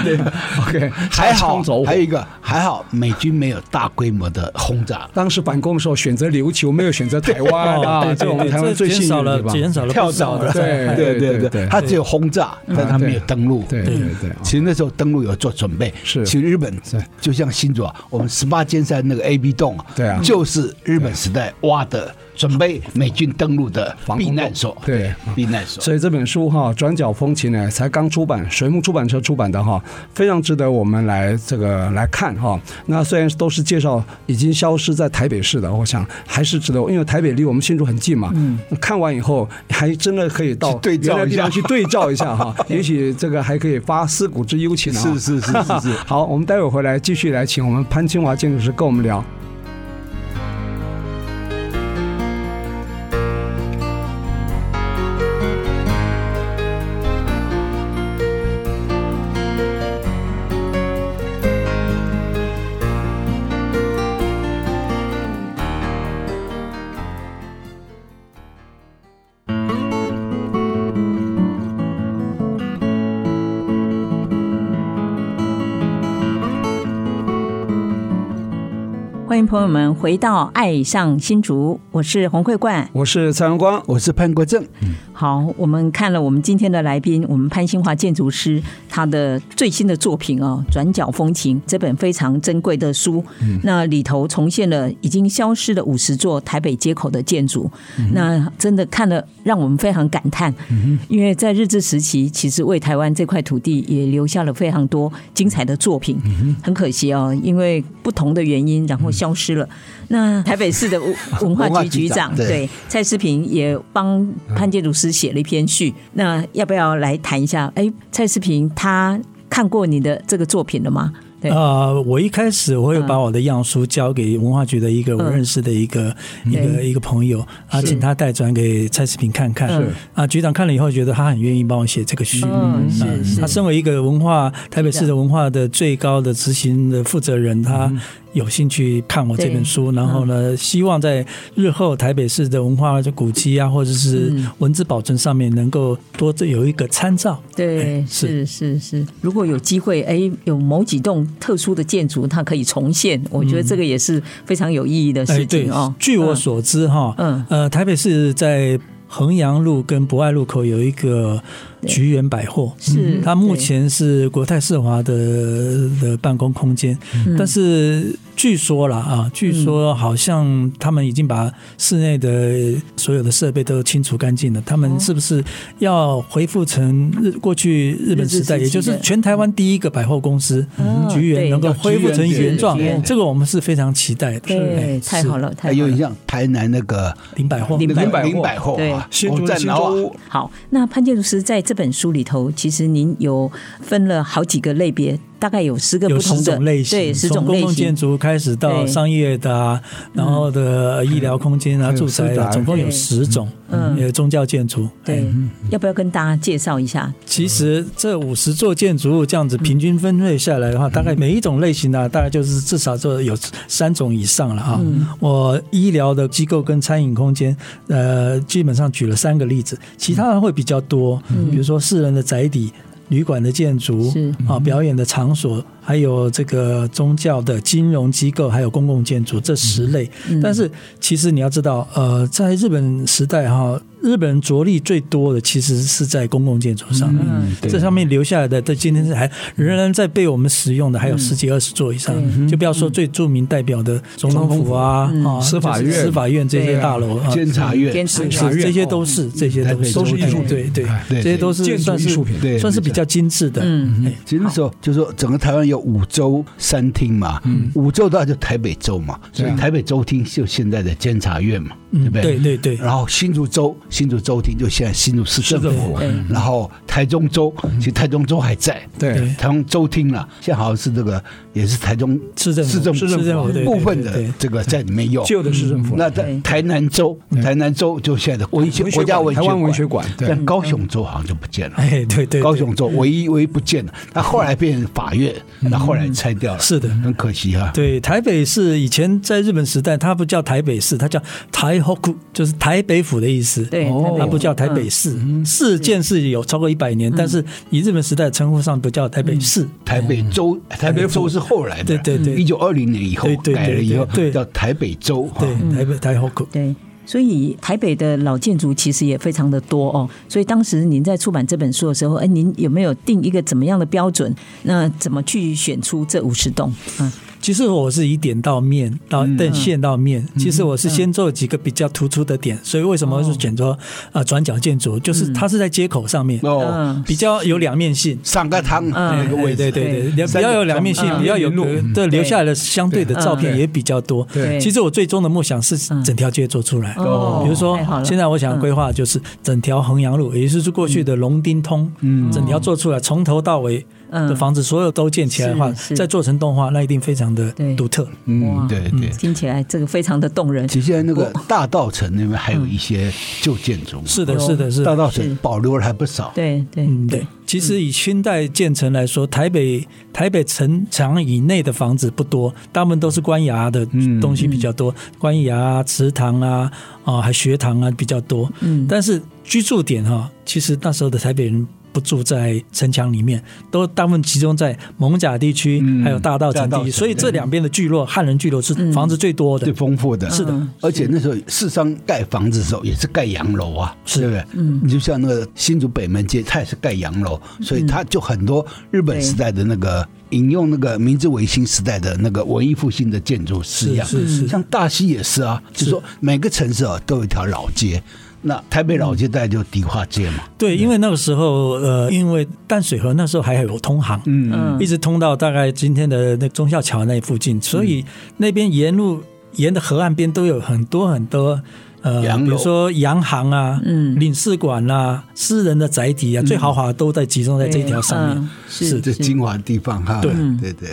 [SPEAKER 2] 对，OK，擦
[SPEAKER 3] 还好
[SPEAKER 2] 枪走，火
[SPEAKER 3] 还有一个还好，美军没有大规模的轰炸，
[SPEAKER 2] 当时反攻的时候选择琉球，没有选择台湾
[SPEAKER 4] 哦，
[SPEAKER 2] 啊，
[SPEAKER 4] 对
[SPEAKER 2] 这我
[SPEAKER 4] 对
[SPEAKER 2] 们
[SPEAKER 4] 对，
[SPEAKER 2] 台湾
[SPEAKER 4] 这
[SPEAKER 2] 最
[SPEAKER 4] 减
[SPEAKER 2] 幸
[SPEAKER 4] 少
[SPEAKER 2] 运的
[SPEAKER 4] 了
[SPEAKER 2] 地方。
[SPEAKER 4] 减少了
[SPEAKER 3] 跳
[SPEAKER 4] 不少
[SPEAKER 3] 蚤
[SPEAKER 4] 的
[SPEAKER 3] 的，
[SPEAKER 4] 灾害。
[SPEAKER 2] 对对
[SPEAKER 3] 对
[SPEAKER 2] 对嗯
[SPEAKER 3] 对，他只有轰炸，但他没有登陆。
[SPEAKER 2] 对对对，
[SPEAKER 3] 其实那时候登陆有做准备，
[SPEAKER 2] 是
[SPEAKER 3] 其实日本
[SPEAKER 2] 是
[SPEAKER 3] 就像新竹啊，我们十八尖山那个 A B 洞啊，
[SPEAKER 2] 对啊
[SPEAKER 3] 就是日本时代挖的，准备美军登陆的
[SPEAKER 2] 防空
[SPEAKER 3] 避
[SPEAKER 2] 洞
[SPEAKER 3] 难所，
[SPEAKER 2] 对
[SPEAKER 3] 避难所。
[SPEAKER 2] 所以这本书哈，《转角风情》呢，才刚出版，水木出版社出版的哈，非常值得我们来这个来看哈。那虽然都是介绍已经消失在台北市的，我想还是值得，因为台北离我们新竹很近嘛。嗯。看完以后，还真的可以到
[SPEAKER 3] 去对照
[SPEAKER 2] 原来地方
[SPEAKER 3] 一下
[SPEAKER 2] 去对照一下 哈，也许这个还可以发思古之幽情啊。
[SPEAKER 3] 是是是 是是
[SPEAKER 2] 好，我们待会儿回来继续来请我们潘清华建筑师跟我们聊。
[SPEAKER 1] 欢迎朋友们回到《爱上新竹》，我是洪慧冠。
[SPEAKER 2] 我是蔡荣光，
[SPEAKER 3] 我是潘国正，
[SPEAKER 1] 好，我们看了我们今天的来宾，我们潘兴华建筑师他的最新的作品哦，《转角风情》这本非常珍贵的书，那里头重现了已经消失的五十座台北街口的建筑，那真的看了让我们非常感叹，因为在日治时期，其实为台湾这块土地也留下了非常多精彩的作品，很可惜哦，因为不同的原因，然后消失了。那台北市的文文
[SPEAKER 3] 文化
[SPEAKER 1] 化局
[SPEAKER 3] 局
[SPEAKER 1] 局
[SPEAKER 3] 长
[SPEAKER 1] 长
[SPEAKER 3] 对
[SPEAKER 1] 对。蔡思平也帮潘建筑师写了一篇序，那要不要来谈一下？哎，蔡思平他看过你的这个作品了吗？对，
[SPEAKER 4] 呃，我一开始我会把
[SPEAKER 1] 嗯
[SPEAKER 4] 我的样书交给文化局的一个我认识的一个、一个
[SPEAKER 1] 嗯对
[SPEAKER 4] 一个朋友啊，
[SPEAKER 1] 是
[SPEAKER 4] 请他代转给蔡世平看看
[SPEAKER 1] 是。
[SPEAKER 4] 啊，局长看了以后觉得他很愿意帮我写这个序。
[SPEAKER 1] 嗯，
[SPEAKER 4] 嗯
[SPEAKER 1] 是
[SPEAKER 4] 他
[SPEAKER 1] 是，
[SPEAKER 4] 身为一个文化台北市的文化的最高的执行的负责人，他
[SPEAKER 1] 嗯
[SPEAKER 4] 有兴趣看我这本书，然后呢，希望在日后台北市的文化古迹啊，或者是
[SPEAKER 1] 嗯
[SPEAKER 4] 文字保存上面能够多有一个参照。
[SPEAKER 1] 对，
[SPEAKER 4] 哎
[SPEAKER 1] 是是是。如果有机会，哎，有某几栋特殊的建筑，它可以重现，我觉得这个也是非常有意义的事情哦
[SPEAKER 4] 哎对，。据我所知哈，
[SPEAKER 1] 嗯
[SPEAKER 4] 呃，台北市在衡阳路跟博爱路口有一个菊园百货。嗯
[SPEAKER 1] 是
[SPEAKER 4] 它目前是国泰世华的的办公空间，
[SPEAKER 1] 嗯
[SPEAKER 4] 但是据说啦啊，据说好像他们已经把室内的所有的设备都清除干净了。他
[SPEAKER 1] 哦
[SPEAKER 4] 们是不是要恢复成日过去日本时代，
[SPEAKER 1] 日治
[SPEAKER 4] 也
[SPEAKER 1] 时期
[SPEAKER 4] 就
[SPEAKER 1] 的
[SPEAKER 4] 是全台湾第一个百货公司
[SPEAKER 1] 哦
[SPEAKER 4] 菊园
[SPEAKER 1] 对
[SPEAKER 4] 能够恢复成原状
[SPEAKER 3] 菊园？
[SPEAKER 4] 这个我们是非常期待的。哎
[SPEAKER 1] 对，太好了，太
[SPEAKER 3] 还
[SPEAKER 1] 好
[SPEAKER 3] 有
[SPEAKER 1] 了
[SPEAKER 3] 点。像台南那个
[SPEAKER 4] 林百货。
[SPEAKER 1] 林
[SPEAKER 3] 那个
[SPEAKER 1] 百货
[SPEAKER 3] 林百货啊，
[SPEAKER 2] 新竹
[SPEAKER 3] 我
[SPEAKER 2] 的
[SPEAKER 3] 在
[SPEAKER 2] 新
[SPEAKER 3] 老
[SPEAKER 2] 洲
[SPEAKER 3] 啊，
[SPEAKER 2] 屋，
[SPEAKER 1] 好，那潘建筑师在这本书里头，其实您有分了好几个类别，大概有十个
[SPEAKER 4] 有
[SPEAKER 1] 不
[SPEAKER 4] 十
[SPEAKER 1] 同的
[SPEAKER 4] 种类型，
[SPEAKER 1] 对，十种
[SPEAKER 4] 从公
[SPEAKER 1] 类
[SPEAKER 4] 共建
[SPEAKER 1] 型。
[SPEAKER 4] 筑开始到
[SPEAKER 1] 对
[SPEAKER 4] 商业的啊，然后的医疗空间啊、
[SPEAKER 2] 嗯
[SPEAKER 4] 住宅
[SPEAKER 2] 住
[SPEAKER 4] 啊，
[SPEAKER 2] 宅
[SPEAKER 4] 总共有
[SPEAKER 1] 对
[SPEAKER 4] 十种。
[SPEAKER 1] 嗯
[SPEAKER 4] 有宗教建筑。哎
[SPEAKER 1] 对，
[SPEAKER 4] 嗯
[SPEAKER 1] 要不要跟大家介绍一下？
[SPEAKER 4] 其实这五十座建筑物这样子平均分类下来的
[SPEAKER 1] 嗯
[SPEAKER 4] 话，大概每一种类型呢、啊大概就是至少做有三种以上了啊。
[SPEAKER 1] 嗯
[SPEAKER 4] 我医疗的机构跟餐饮空间，呃，基本上举了三个例子，其他的会比较多，
[SPEAKER 1] 嗯
[SPEAKER 4] 比如说私人的宅邸。旅馆的建筑
[SPEAKER 1] 是
[SPEAKER 4] 啊，表演的场所，还有这个宗教的金融机构，还有公共建筑这十类。
[SPEAKER 1] 嗯
[SPEAKER 4] 但是其实你要知道，呃，在日本时代哈，日本人着力最多的其实是在公共建筑上。
[SPEAKER 1] 嗯
[SPEAKER 4] 这上面留下来的，在今天是还仍然在被我们使用的，
[SPEAKER 1] 嗯
[SPEAKER 4] 还有十几二十座以上，就不要说最著名代表的总统府啊、
[SPEAKER 1] 嗯
[SPEAKER 4] 啊、
[SPEAKER 2] 司法院
[SPEAKER 4] 就是司法院这些大楼啊，
[SPEAKER 3] 监察
[SPEAKER 1] 监
[SPEAKER 3] 院，
[SPEAKER 1] 察
[SPEAKER 4] 是这些都是这些都
[SPEAKER 3] 哦嗯台北
[SPEAKER 4] 是
[SPEAKER 3] 都是
[SPEAKER 2] 艺术品
[SPEAKER 4] 对对
[SPEAKER 2] 哎，
[SPEAKER 3] 对
[SPEAKER 4] 这些都是
[SPEAKER 2] 建筑
[SPEAKER 4] 算
[SPEAKER 2] 艺
[SPEAKER 4] 是
[SPEAKER 2] 术品
[SPEAKER 3] 对
[SPEAKER 4] 算是比较精致的。
[SPEAKER 1] 嗯
[SPEAKER 4] 哎，
[SPEAKER 3] 其实那时候就说整个台湾有五州三厅嘛，五州的话就台北州嘛，所以台北州厅就现在的监察院嘛，对
[SPEAKER 4] 嗯，
[SPEAKER 3] 不对？
[SPEAKER 4] 对对对，
[SPEAKER 3] 然后新竹州，新竹州厅就现在新竹市政府
[SPEAKER 1] 市政府，
[SPEAKER 3] 然后台中州，其实台中州还在，
[SPEAKER 2] 对
[SPEAKER 4] 对，
[SPEAKER 3] 台中州厅了，现在好像是这个也是台中
[SPEAKER 4] 市政府
[SPEAKER 3] 市政
[SPEAKER 4] 市政府
[SPEAKER 3] 府
[SPEAKER 4] 对对
[SPEAKER 3] 部分
[SPEAKER 4] 对
[SPEAKER 3] 的
[SPEAKER 4] 对
[SPEAKER 3] 这个在里面有。嗯
[SPEAKER 2] 旧的市政府，
[SPEAKER 3] 那在
[SPEAKER 1] 对
[SPEAKER 3] 台南州，台南州就现在的文学
[SPEAKER 2] 文学
[SPEAKER 3] 国家
[SPEAKER 2] 馆
[SPEAKER 3] 文学
[SPEAKER 2] 台湾文学馆对
[SPEAKER 3] 但高雄州好像就不见了。
[SPEAKER 4] 哎对对对，嗯
[SPEAKER 3] 高雄州唯一唯一不见了，那后来变成法院，那后来拆掉了，
[SPEAKER 4] 是的
[SPEAKER 3] 很可惜啊哈。
[SPEAKER 4] 对，台北市以前在日本时代，它不叫台北市，它叫台北府，就是台北府的意思。哦
[SPEAKER 1] 对台北府嗯
[SPEAKER 4] 它不叫台北市。
[SPEAKER 3] 嗯
[SPEAKER 4] 市建是有超过一百年，但是以日本时代称呼上不叫台
[SPEAKER 3] 嗯
[SPEAKER 4] 北市。
[SPEAKER 3] 台北州，台北州是后来的，
[SPEAKER 4] 嗯对对对
[SPEAKER 3] 一九二零年以后
[SPEAKER 4] 对对对
[SPEAKER 3] 改了以后
[SPEAKER 4] 对对
[SPEAKER 3] 叫台北州，哈
[SPEAKER 4] 对，台北台北府。
[SPEAKER 1] 对。所以台北的老建筑其实也非常的多哦，所以当时您在出版这本书的时候，哎，您有没有定一个怎么样的标准？那怎么去选出这五十栋？嗯，
[SPEAKER 4] 其实我是以点到面，到但线到面。其实我是先做几个比较突出的点，所以为什么是选择啊转角建筑？就是它是在街口上面，
[SPEAKER 3] 哦，
[SPEAKER 4] 比较有两面性。
[SPEAKER 3] 上个汤那个位
[SPEAKER 4] 嗯对
[SPEAKER 3] 置，
[SPEAKER 4] 对对
[SPEAKER 1] 对
[SPEAKER 4] 对，比较有两面性，比较有
[SPEAKER 1] 嗯
[SPEAKER 4] 对留下来的相对的照片也比较多。
[SPEAKER 1] 对
[SPEAKER 4] 其实我最终的梦想是整条街做出来。
[SPEAKER 1] 哦
[SPEAKER 4] 比如说
[SPEAKER 1] 太好了，嗯
[SPEAKER 4] 现在我想规划就是整条衡阳路，也就是过去的龙町通，
[SPEAKER 1] 嗯
[SPEAKER 4] 整条做出来，从头到尾的房子所有都建起来的话，
[SPEAKER 1] 是是
[SPEAKER 4] 再做成动画，那一定非常的
[SPEAKER 1] 对
[SPEAKER 4] 独特。
[SPEAKER 3] 嗯，
[SPEAKER 1] 哇
[SPEAKER 3] 对对。
[SPEAKER 1] 听起来这个非常的动人。
[SPEAKER 3] 其实现在那个大道城那边还有一些旧建筑，
[SPEAKER 4] 嗯是
[SPEAKER 1] 哦
[SPEAKER 4] 的，是的，是
[SPEAKER 3] 大
[SPEAKER 4] 的。
[SPEAKER 3] 道
[SPEAKER 1] 是
[SPEAKER 3] 城保留了还不少。
[SPEAKER 1] 对对
[SPEAKER 4] 嗯，对，其实以清代建成来说，台北台北城墙以内的房子不多，大部分都是官衙的东西比较多，官衙啊、祠堂啊、啊、还学堂啊比较多。
[SPEAKER 1] 嗯
[SPEAKER 4] 但是居住点哈、其实那时候的台北人不住在城墙里面，都大部分集中在蒙贾地区，还有大道城
[SPEAKER 3] 大道
[SPEAKER 4] 地区，
[SPEAKER 3] 城
[SPEAKER 4] 所以这两边的聚落，汉人聚落是房子最多的
[SPEAKER 3] 最。丰富的，
[SPEAKER 4] 是的嗯，
[SPEAKER 3] 而且那时候世商盖房子的时候也是盖洋楼啊，
[SPEAKER 4] 是
[SPEAKER 3] 对不对？嗯，你就像那个新竹北门街，它也是盖洋楼，
[SPEAKER 4] 嗯
[SPEAKER 3] 所以它就很多日本时代的那个引用那个明治维新时代的那个文艺复兴的建筑式样，
[SPEAKER 4] 是是是
[SPEAKER 3] 像大溪也是啊，就说每个城市啊都有一条老街，那台北
[SPEAKER 4] 嗯
[SPEAKER 3] 老街大概就迪化街嘛，
[SPEAKER 1] 嗯
[SPEAKER 4] 对，因为那个时候，呃，因为淡水河那时候还有通航，
[SPEAKER 1] 嗯
[SPEAKER 4] 一直通到大概今天的那忠孝桥那附近，所以那边沿路沿的河岸边都有很多很多。呃，
[SPEAKER 3] 洋楼
[SPEAKER 4] 比如说洋行啊，
[SPEAKER 1] 嗯
[SPEAKER 4] 领事馆啊，私人的宅邸啊，最豪华的都在集中在这一条上面。
[SPEAKER 1] 嗯是
[SPEAKER 3] 这精华地方哈，
[SPEAKER 4] 对嗯
[SPEAKER 3] 对对，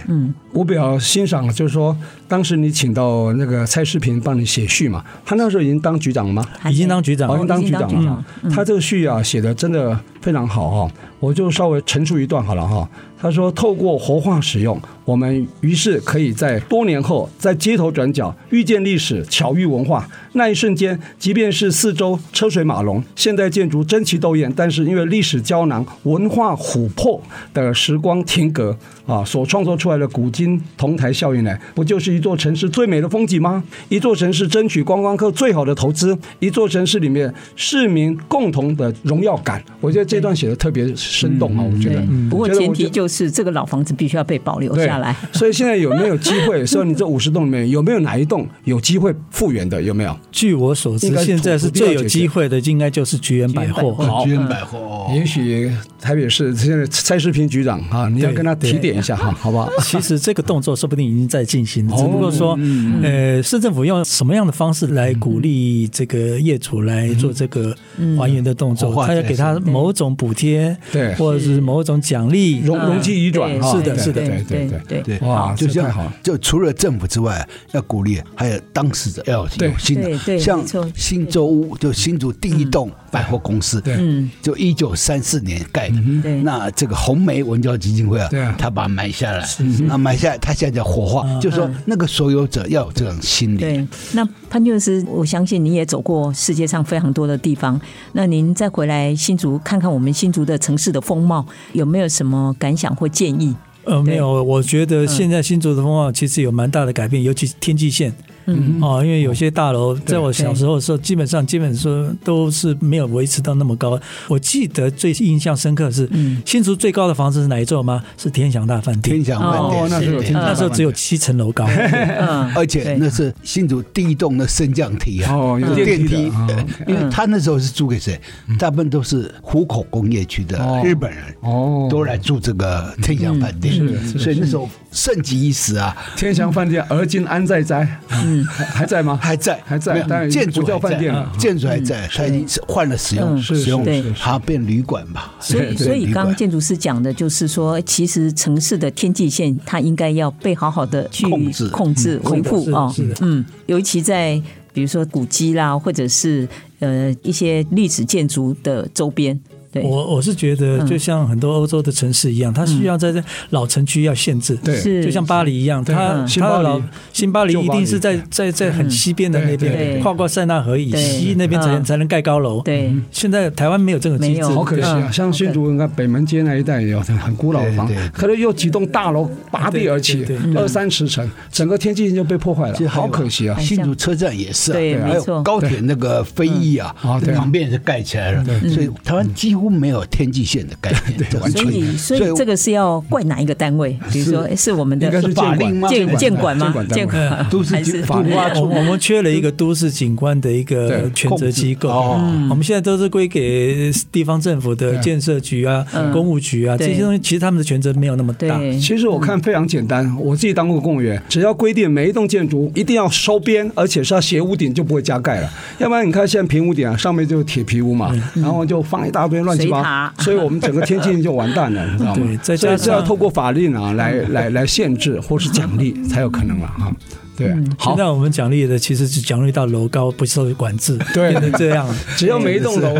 [SPEAKER 2] 我比较欣赏的就是说，当时你请到那个蔡世平帮你写序嘛，他那时候已经当局长了吗？
[SPEAKER 1] 还
[SPEAKER 4] 已
[SPEAKER 1] 是
[SPEAKER 4] 经当局长
[SPEAKER 2] 好
[SPEAKER 4] 了，
[SPEAKER 2] 像当局长
[SPEAKER 1] 已经当局
[SPEAKER 2] 了
[SPEAKER 1] 长。
[SPEAKER 2] 他这个序啊写的真的非常好哈、我就稍微陈述一段好了哈、他说，透过活化使用，我们于是可以在多年后，在街头转角遇见历史，巧遇文化。那一瞬间，即便是四周车水马龙，现代建筑争奇斗艳，但是因为历史胶囊、文化琥珀的时光停格啊，所创作出来的古今同台效应呢，不就是一座城市最美的风景吗？一座城市争取观光客最好的投资，一座城市里面市民共同的荣耀感。我觉得这段写的特别生动啊，我觉得
[SPEAKER 1] 对。，不过
[SPEAKER 2] 觉得
[SPEAKER 1] 前
[SPEAKER 2] 我
[SPEAKER 1] 提
[SPEAKER 2] 就
[SPEAKER 1] 就是这个老房子必须要被保留
[SPEAKER 2] 对
[SPEAKER 1] 下来。
[SPEAKER 2] 所以现在有没有机会？ 说你这五十栋里面有没有哪一栋有机会复原的？有没有？
[SPEAKER 4] 据我所知
[SPEAKER 2] 应该，是
[SPEAKER 4] 现在是
[SPEAKER 2] 土地要
[SPEAKER 4] 最有
[SPEAKER 2] 解决
[SPEAKER 4] 机会的，应该就是菊园百货。
[SPEAKER 2] 好
[SPEAKER 3] 居然百货哦
[SPEAKER 2] 也许台北市现在蔡世平局长啊，你要跟他提点一下哈，好不好？
[SPEAKER 4] 啊其实这个动作说不定已经在进行了，
[SPEAKER 2] 哦
[SPEAKER 4] 只不过
[SPEAKER 1] 嗯
[SPEAKER 4] 说，呃，市政府用什么样的方式来鼓励这个业主来做这个
[SPEAKER 1] 嗯
[SPEAKER 4] 还原的动
[SPEAKER 1] 哦
[SPEAKER 4] 作
[SPEAKER 3] 活？化
[SPEAKER 4] 他要
[SPEAKER 3] 再
[SPEAKER 4] 给他某种补贴，
[SPEAKER 2] 对
[SPEAKER 4] 或者是某种奖励。啊
[SPEAKER 2] 容容积移转
[SPEAKER 1] 对
[SPEAKER 2] 哈，
[SPEAKER 4] 是的
[SPEAKER 2] 对
[SPEAKER 4] 是的
[SPEAKER 2] 对
[SPEAKER 1] 对
[SPEAKER 2] 对
[SPEAKER 1] 对
[SPEAKER 3] 对，
[SPEAKER 2] 哇
[SPEAKER 3] 就
[SPEAKER 2] 这
[SPEAKER 3] 像
[SPEAKER 2] 太好了
[SPEAKER 3] 就除了政府之外，要鼓励还有当事者要有
[SPEAKER 2] 对
[SPEAKER 3] 有心
[SPEAKER 1] 对
[SPEAKER 3] 的，
[SPEAKER 1] 对
[SPEAKER 3] 像
[SPEAKER 1] 没错
[SPEAKER 3] 新洲屋就新竹第一栋百货公司，
[SPEAKER 2] 嗯对嗯
[SPEAKER 1] 嗯，
[SPEAKER 3] 就一九三四年盖的
[SPEAKER 1] 对。
[SPEAKER 3] 那这个红梅文教基金会
[SPEAKER 2] 对嗯啊
[SPEAKER 3] 啊，他把它买下来，那买下来，他现在叫火化，就说那个所有者要有这种心理。
[SPEAKER 1] 对，那潘律师，我相信你也走过世界上非常多的地方。那您再回来新竹看看我们新竹的城市的风貌，有没有什么感想或建议？
[SPEAKER 4] 呃，
[SPEAKER 1] 对嗯
[SPEAKER 4] 没有，我觉得现在新竹的风貌其实有蛮大的改变，尤其是天际线。
[SPEAKER 1] 嗯，
[SPEAKER 4] 哦，因为有些大楼在我小时候的时候，基本上基本说都是没有维持到那么高。我记得最印象深刻的是、
[SPEAKER 1] 嗯
[SPEAKER 4] 新竹最高的房子是哪一座吗？是天祥大饭店。
[SPEAKER 3] 天祥饭
[SPEAKER 2] 哦
[SPEAKER 3] 店，
[SPEAKER 2] 那时候有
[SPEAKER 3] 对
[SPEAKER 2] 天祥
[SPEAKER 4] 那时候只有七层楼高，
[SPEAKER 1] 嗯，
[SPEAKER 3] 而且
[SPEAKER 1] 对
[SPEAKER 3] 那是新竹第一栋的升降梯啊，
[SPEAKER 2] 哦有
[SPEAKER 3] 有
[SPEAKER 2] 电
[SPEAKER 3] 电
[SPEAKER 2] 梯
[SPEAKER 3] 梯
[SPEAKER 2] 的哦，
[SPEAKER 3] 因为他那时候是租给谁？大部分都是湖口工业区的
[SPEAKER 2] 哦
[SPEAKER 3] 日本人
[SPEAKER 2] 哦嗯
[SPEAKER 3] 都来住这个天祥饭店，
[SPEAKER 2] 是
[SPEAKER 3] 所以那时候盛极一时啊，
[SPEAKER 2] 天祥饭店，而今安在哉？嗯，还在吗？
[SPEAKER 3] 还在
[SPEAKER 2] 还在
[SPEAKER 3] 没有
[SPEAKER 2] 当然已经
[SPEAKER 3] 建筑
[SPEAKER 2] 不叫
[SPEAKER 3] 还在嗯
[SPEAKER 2] 饭店啊了
[SPEAKER 3] 建筑还在，它已经换了使用
[SPEAKER 1] 嗯
[SPEAKER 2] 是
[SPEAKER 3] 使用
[SPEAKER 1] 是
[SPEAKER 2] 是，
[SPEAKER 3] 它变旅馆吧。
[SPEAKER 1] 所以
[SPEAKER 2] 对
[SPEAKER 1] 所以
[SPEAKER 3] 旅
[SPEAKER 1] 刚刚
[SPEAKER 3] 馆
[SPEAKER 1] 建筑师讲的就是说，哎其实城市的天际线它应该要被好好的去
[SPEAKER 3] 控制
[SPEAKER 1] 控制、维护
[SPEAKER 4] 是的
[SPEAKER 1] 哦
[SPEAKER 4] 是的，
[SPEAKER 1] 嗯，尤其在比如说古迹啦，或者是呃一些历史建筑的周边，对，
[SPEAKER 4] 我我是觉得，就像很多欧洲的城市一样，它需要在这老城区要限制，
[SPEAKER 2] 对
[SPEAKER 1] 是
[SPEAKER 4] 就像巴黎一样，
[SPEAKER 2] 对
[SPEAKER 4] 它
[SPEAKER 2] 嗯新巴
[SPEAKER 4] 它
[SPEAKER 2] 黎
[SPEAKER 4] 的老新巴黎
[SPEAKER 2] 旧
[SPEAKER 4] 一
[SPEAKER 2] 巴黎
[SPEAKER 4] 定是在在在很西边的那
[SPEAKER 1] 对
[SPEAKER 2] 对
[SPEAKER 1] 对
[SPEAKER 4] 边，跨过塞纳河以
[SPEAKER 1] 对
[SPEAKER 4] 西那边才
[SPEAKER 1] 嗯
[SPEAKER 4] 能才能盖高楼。
[SPEAKER 1] 对，
[SPEAKER 4] 现在台湾没有这种机
[SPEAKER 1] 没
[SPEAKER 4] 制
[SPEAKER 1] 有，
[SPEAKER 2] 好可惜啊！
[SPEAKER 1] 嗯
[SPEAKER 2] 像新竹，你看北门街那一带也有很古老的房
[SPEAKER 3] 对对，
[SPEAKER 2] 可能有几栋大楼拔地而起
[SPEAKER 4] 对，
[SPEAKER 2] 二三十层，整个天际线就被破坏
[SPEAKER 3] 其实
[SPEAKER 2] 了，
[SPEAKER 3] 还
[SPEAKER 2] 好
[SPEAKER 3] 有
[SPEAKER 2] 可惜啊！
[SPEAKER 3] 新竹车站也是啊，
[SPEAKER 1] 对
[SPEAKER 3] 还
[SPEAKER 1] 没错
[SPEAKER 3] 有高铁那个飞翼啊
[SPEAKER 2] 对嗯啊对，啊
[SPEAKER 3] 旁边也是盖起来了，所以台湾几乎没有天际线的概念，这个
[SPEAKER 1] 所以所
[SPEAKER 3] 所
[SPEAKER 1] 以
[SPEAKER 3] 以
[SPEAKER 1] 这个是要怪哪一个单位？比如说诶是我们的
[SPEAKER 2] 应该是
[SPEAKER 3] 法
[SPEAKER 2] 建管
[SPEAKER 3] 令吗
[SPEAKER 1] 建
[SPEAKER 2] 建
[SPEAKER 1] 建
[SPEAKER 2] 管
[SPEAKER 1] 管
[SPEAKER 2] 单
[SPEAKER 1] 吗
[SPEAKER 2] 位？
[SPEAKER 1] 建管
[SPEAKER 3] 都是
[SPEAKER 1] 还是
[SPEAKER 2] 法律
[SPEAKER 4] 我我们缺了一个都市景观的一个
[SPEAKER 2] 对
[SPEAKER 4] 权责机构嗯
[SPEAKER 3] 控制哦，
[SPEAKER 4] 我们现在都是归给地方政府的
[SPEAKER 2] 对
[SPEAKER 4] 建设局啊
[SPEAKER 1] 嗯、
[SPEAKER 4] 公务局啊
[SPEAKER 1] 对
[SPEAKER 4] 这些东西，其实他们的权责没有那么大。
[SPEAKER 1] 对，
[SPEAKER 2] 其实我看非常简单，我自己当过公务员，只要规定每一栋建筑一定要收边，而且是要斜屋顶，就不会加盖了。要不然你看现在平屋顶啊，上面就是铁皮屋嘛，然后就放一大堆乱七八
[SPEAKER 1] 水
[SPEAKER 2] 糟，
[SPEAKER 1] 塔
[SPEAKER 2] 所以我们整个天气就完蛋了，你知道吗？
[SPEAKER 4] 对
[SPEAKER 2] 所
[SPEAKER 4] 再
[SPEAKER 2] 以
[SPEAKER 4] 加上
[SPEAKER 2] 是要透过法令啊来来来限制或是奖励才有可能了哈。对，好
[SPEAKER 4] 现，在我们奖励的其实是奖励到楼高不受管制，
[SPEAKER 2] 对
[SPEAKER 4] 变成这 样。
[SPEAKER 2] 只要每一栋楼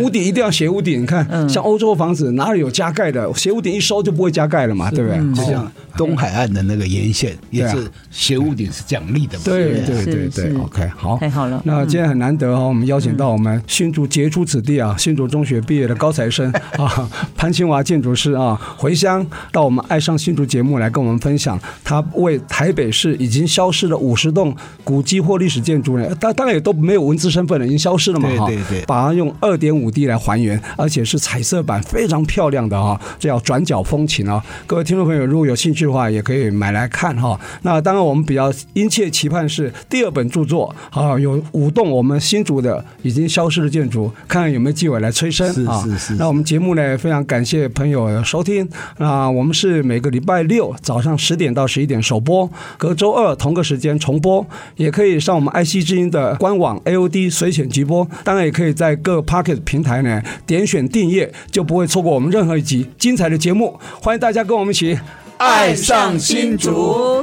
[SPEAKER 2] 屋顶一定要斜屋顶，你看像欧洲房子哪里有加盖的，斜屋顶一收就不会加盖了嘛，对不对？
[SPEAKER 3] 就
[SPEAKER 2] 好
[SPEAKER 3] 像东海岸的那个沿线
[SPEAKER 2] 嗯
[SPEAKER 3] 也
[SPEAKER 2] 哦对啊
[SPEAKER 3] 是斜屋顶是奖励的嘛，
[SPEAKER 2] 对
[SPEAKER 3] 不
[SPEAKER 2] 对
[SPEAKER 1] 是
[SPEAKER 2] 对对
[SPEAKER 1] 是
[SPEAKER 2] ，OK，好，
[SPEAKER 1] 太好了
[SPEAKER 2] 那
[SPEAKER 3] 嗯
[SPEAKER 2] 今天很难得哦，我们邀请到我们新竹杰出子弟啊，新竹中学毕业的高材生 啊，潘清华建筑师啊，回乡到我们爱上新竹节目来跟我们分享，他为台北市已经消失的五十栋古迹或历史建筑呢，当当然也都没有文字身份了，已经消失了嘛
[SPEAKER 3] 对
[SPEAKER 2] 哈，
[SPEAKER 3] 对对
[SPEAKER 2] 把它用二点五 D 来还原，而且是彩色版，非常漂亮的啊、这叫转角风情啊、各位听众朋友，如果有兴趣的话，也可以买来看哈、那当然，我们比较殷切期盼是第二本著作啊，有五栋我们新竹的已经消失的建筑，看看有没有机会来催生
[SPEAKER 3] 是
[SPEAKER 2] 啊。
[SPEAKER 3] 是是
[SPEAKER 2] 那我们节目呢，非常感谢朋友的收听。那我们是每个礼拜六早上十点到十一点首播，隔周二同个时间重播，也可以上我们爱惜之音的官网 AOD 随选直播，当然也可以在各 Pocket 平台呢点选订阅，就不会错过我们任何一集精彩的节目。欢迎大家跟我们一起爱上新竹，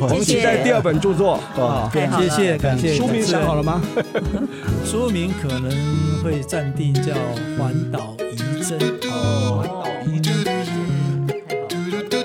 [SPEAKER 2] 我们期待第二本著作啊。
[SPEAKER 1] 太好
[SPEAKER 4] 谢
[SPEAKER 1] 了，
[SPEAKER 4] 谢，感谢。
[SPEAKER 2] 书名想好了吗？
[SPEAKER 4] 书名可能会暂定叫《环岛遗真》。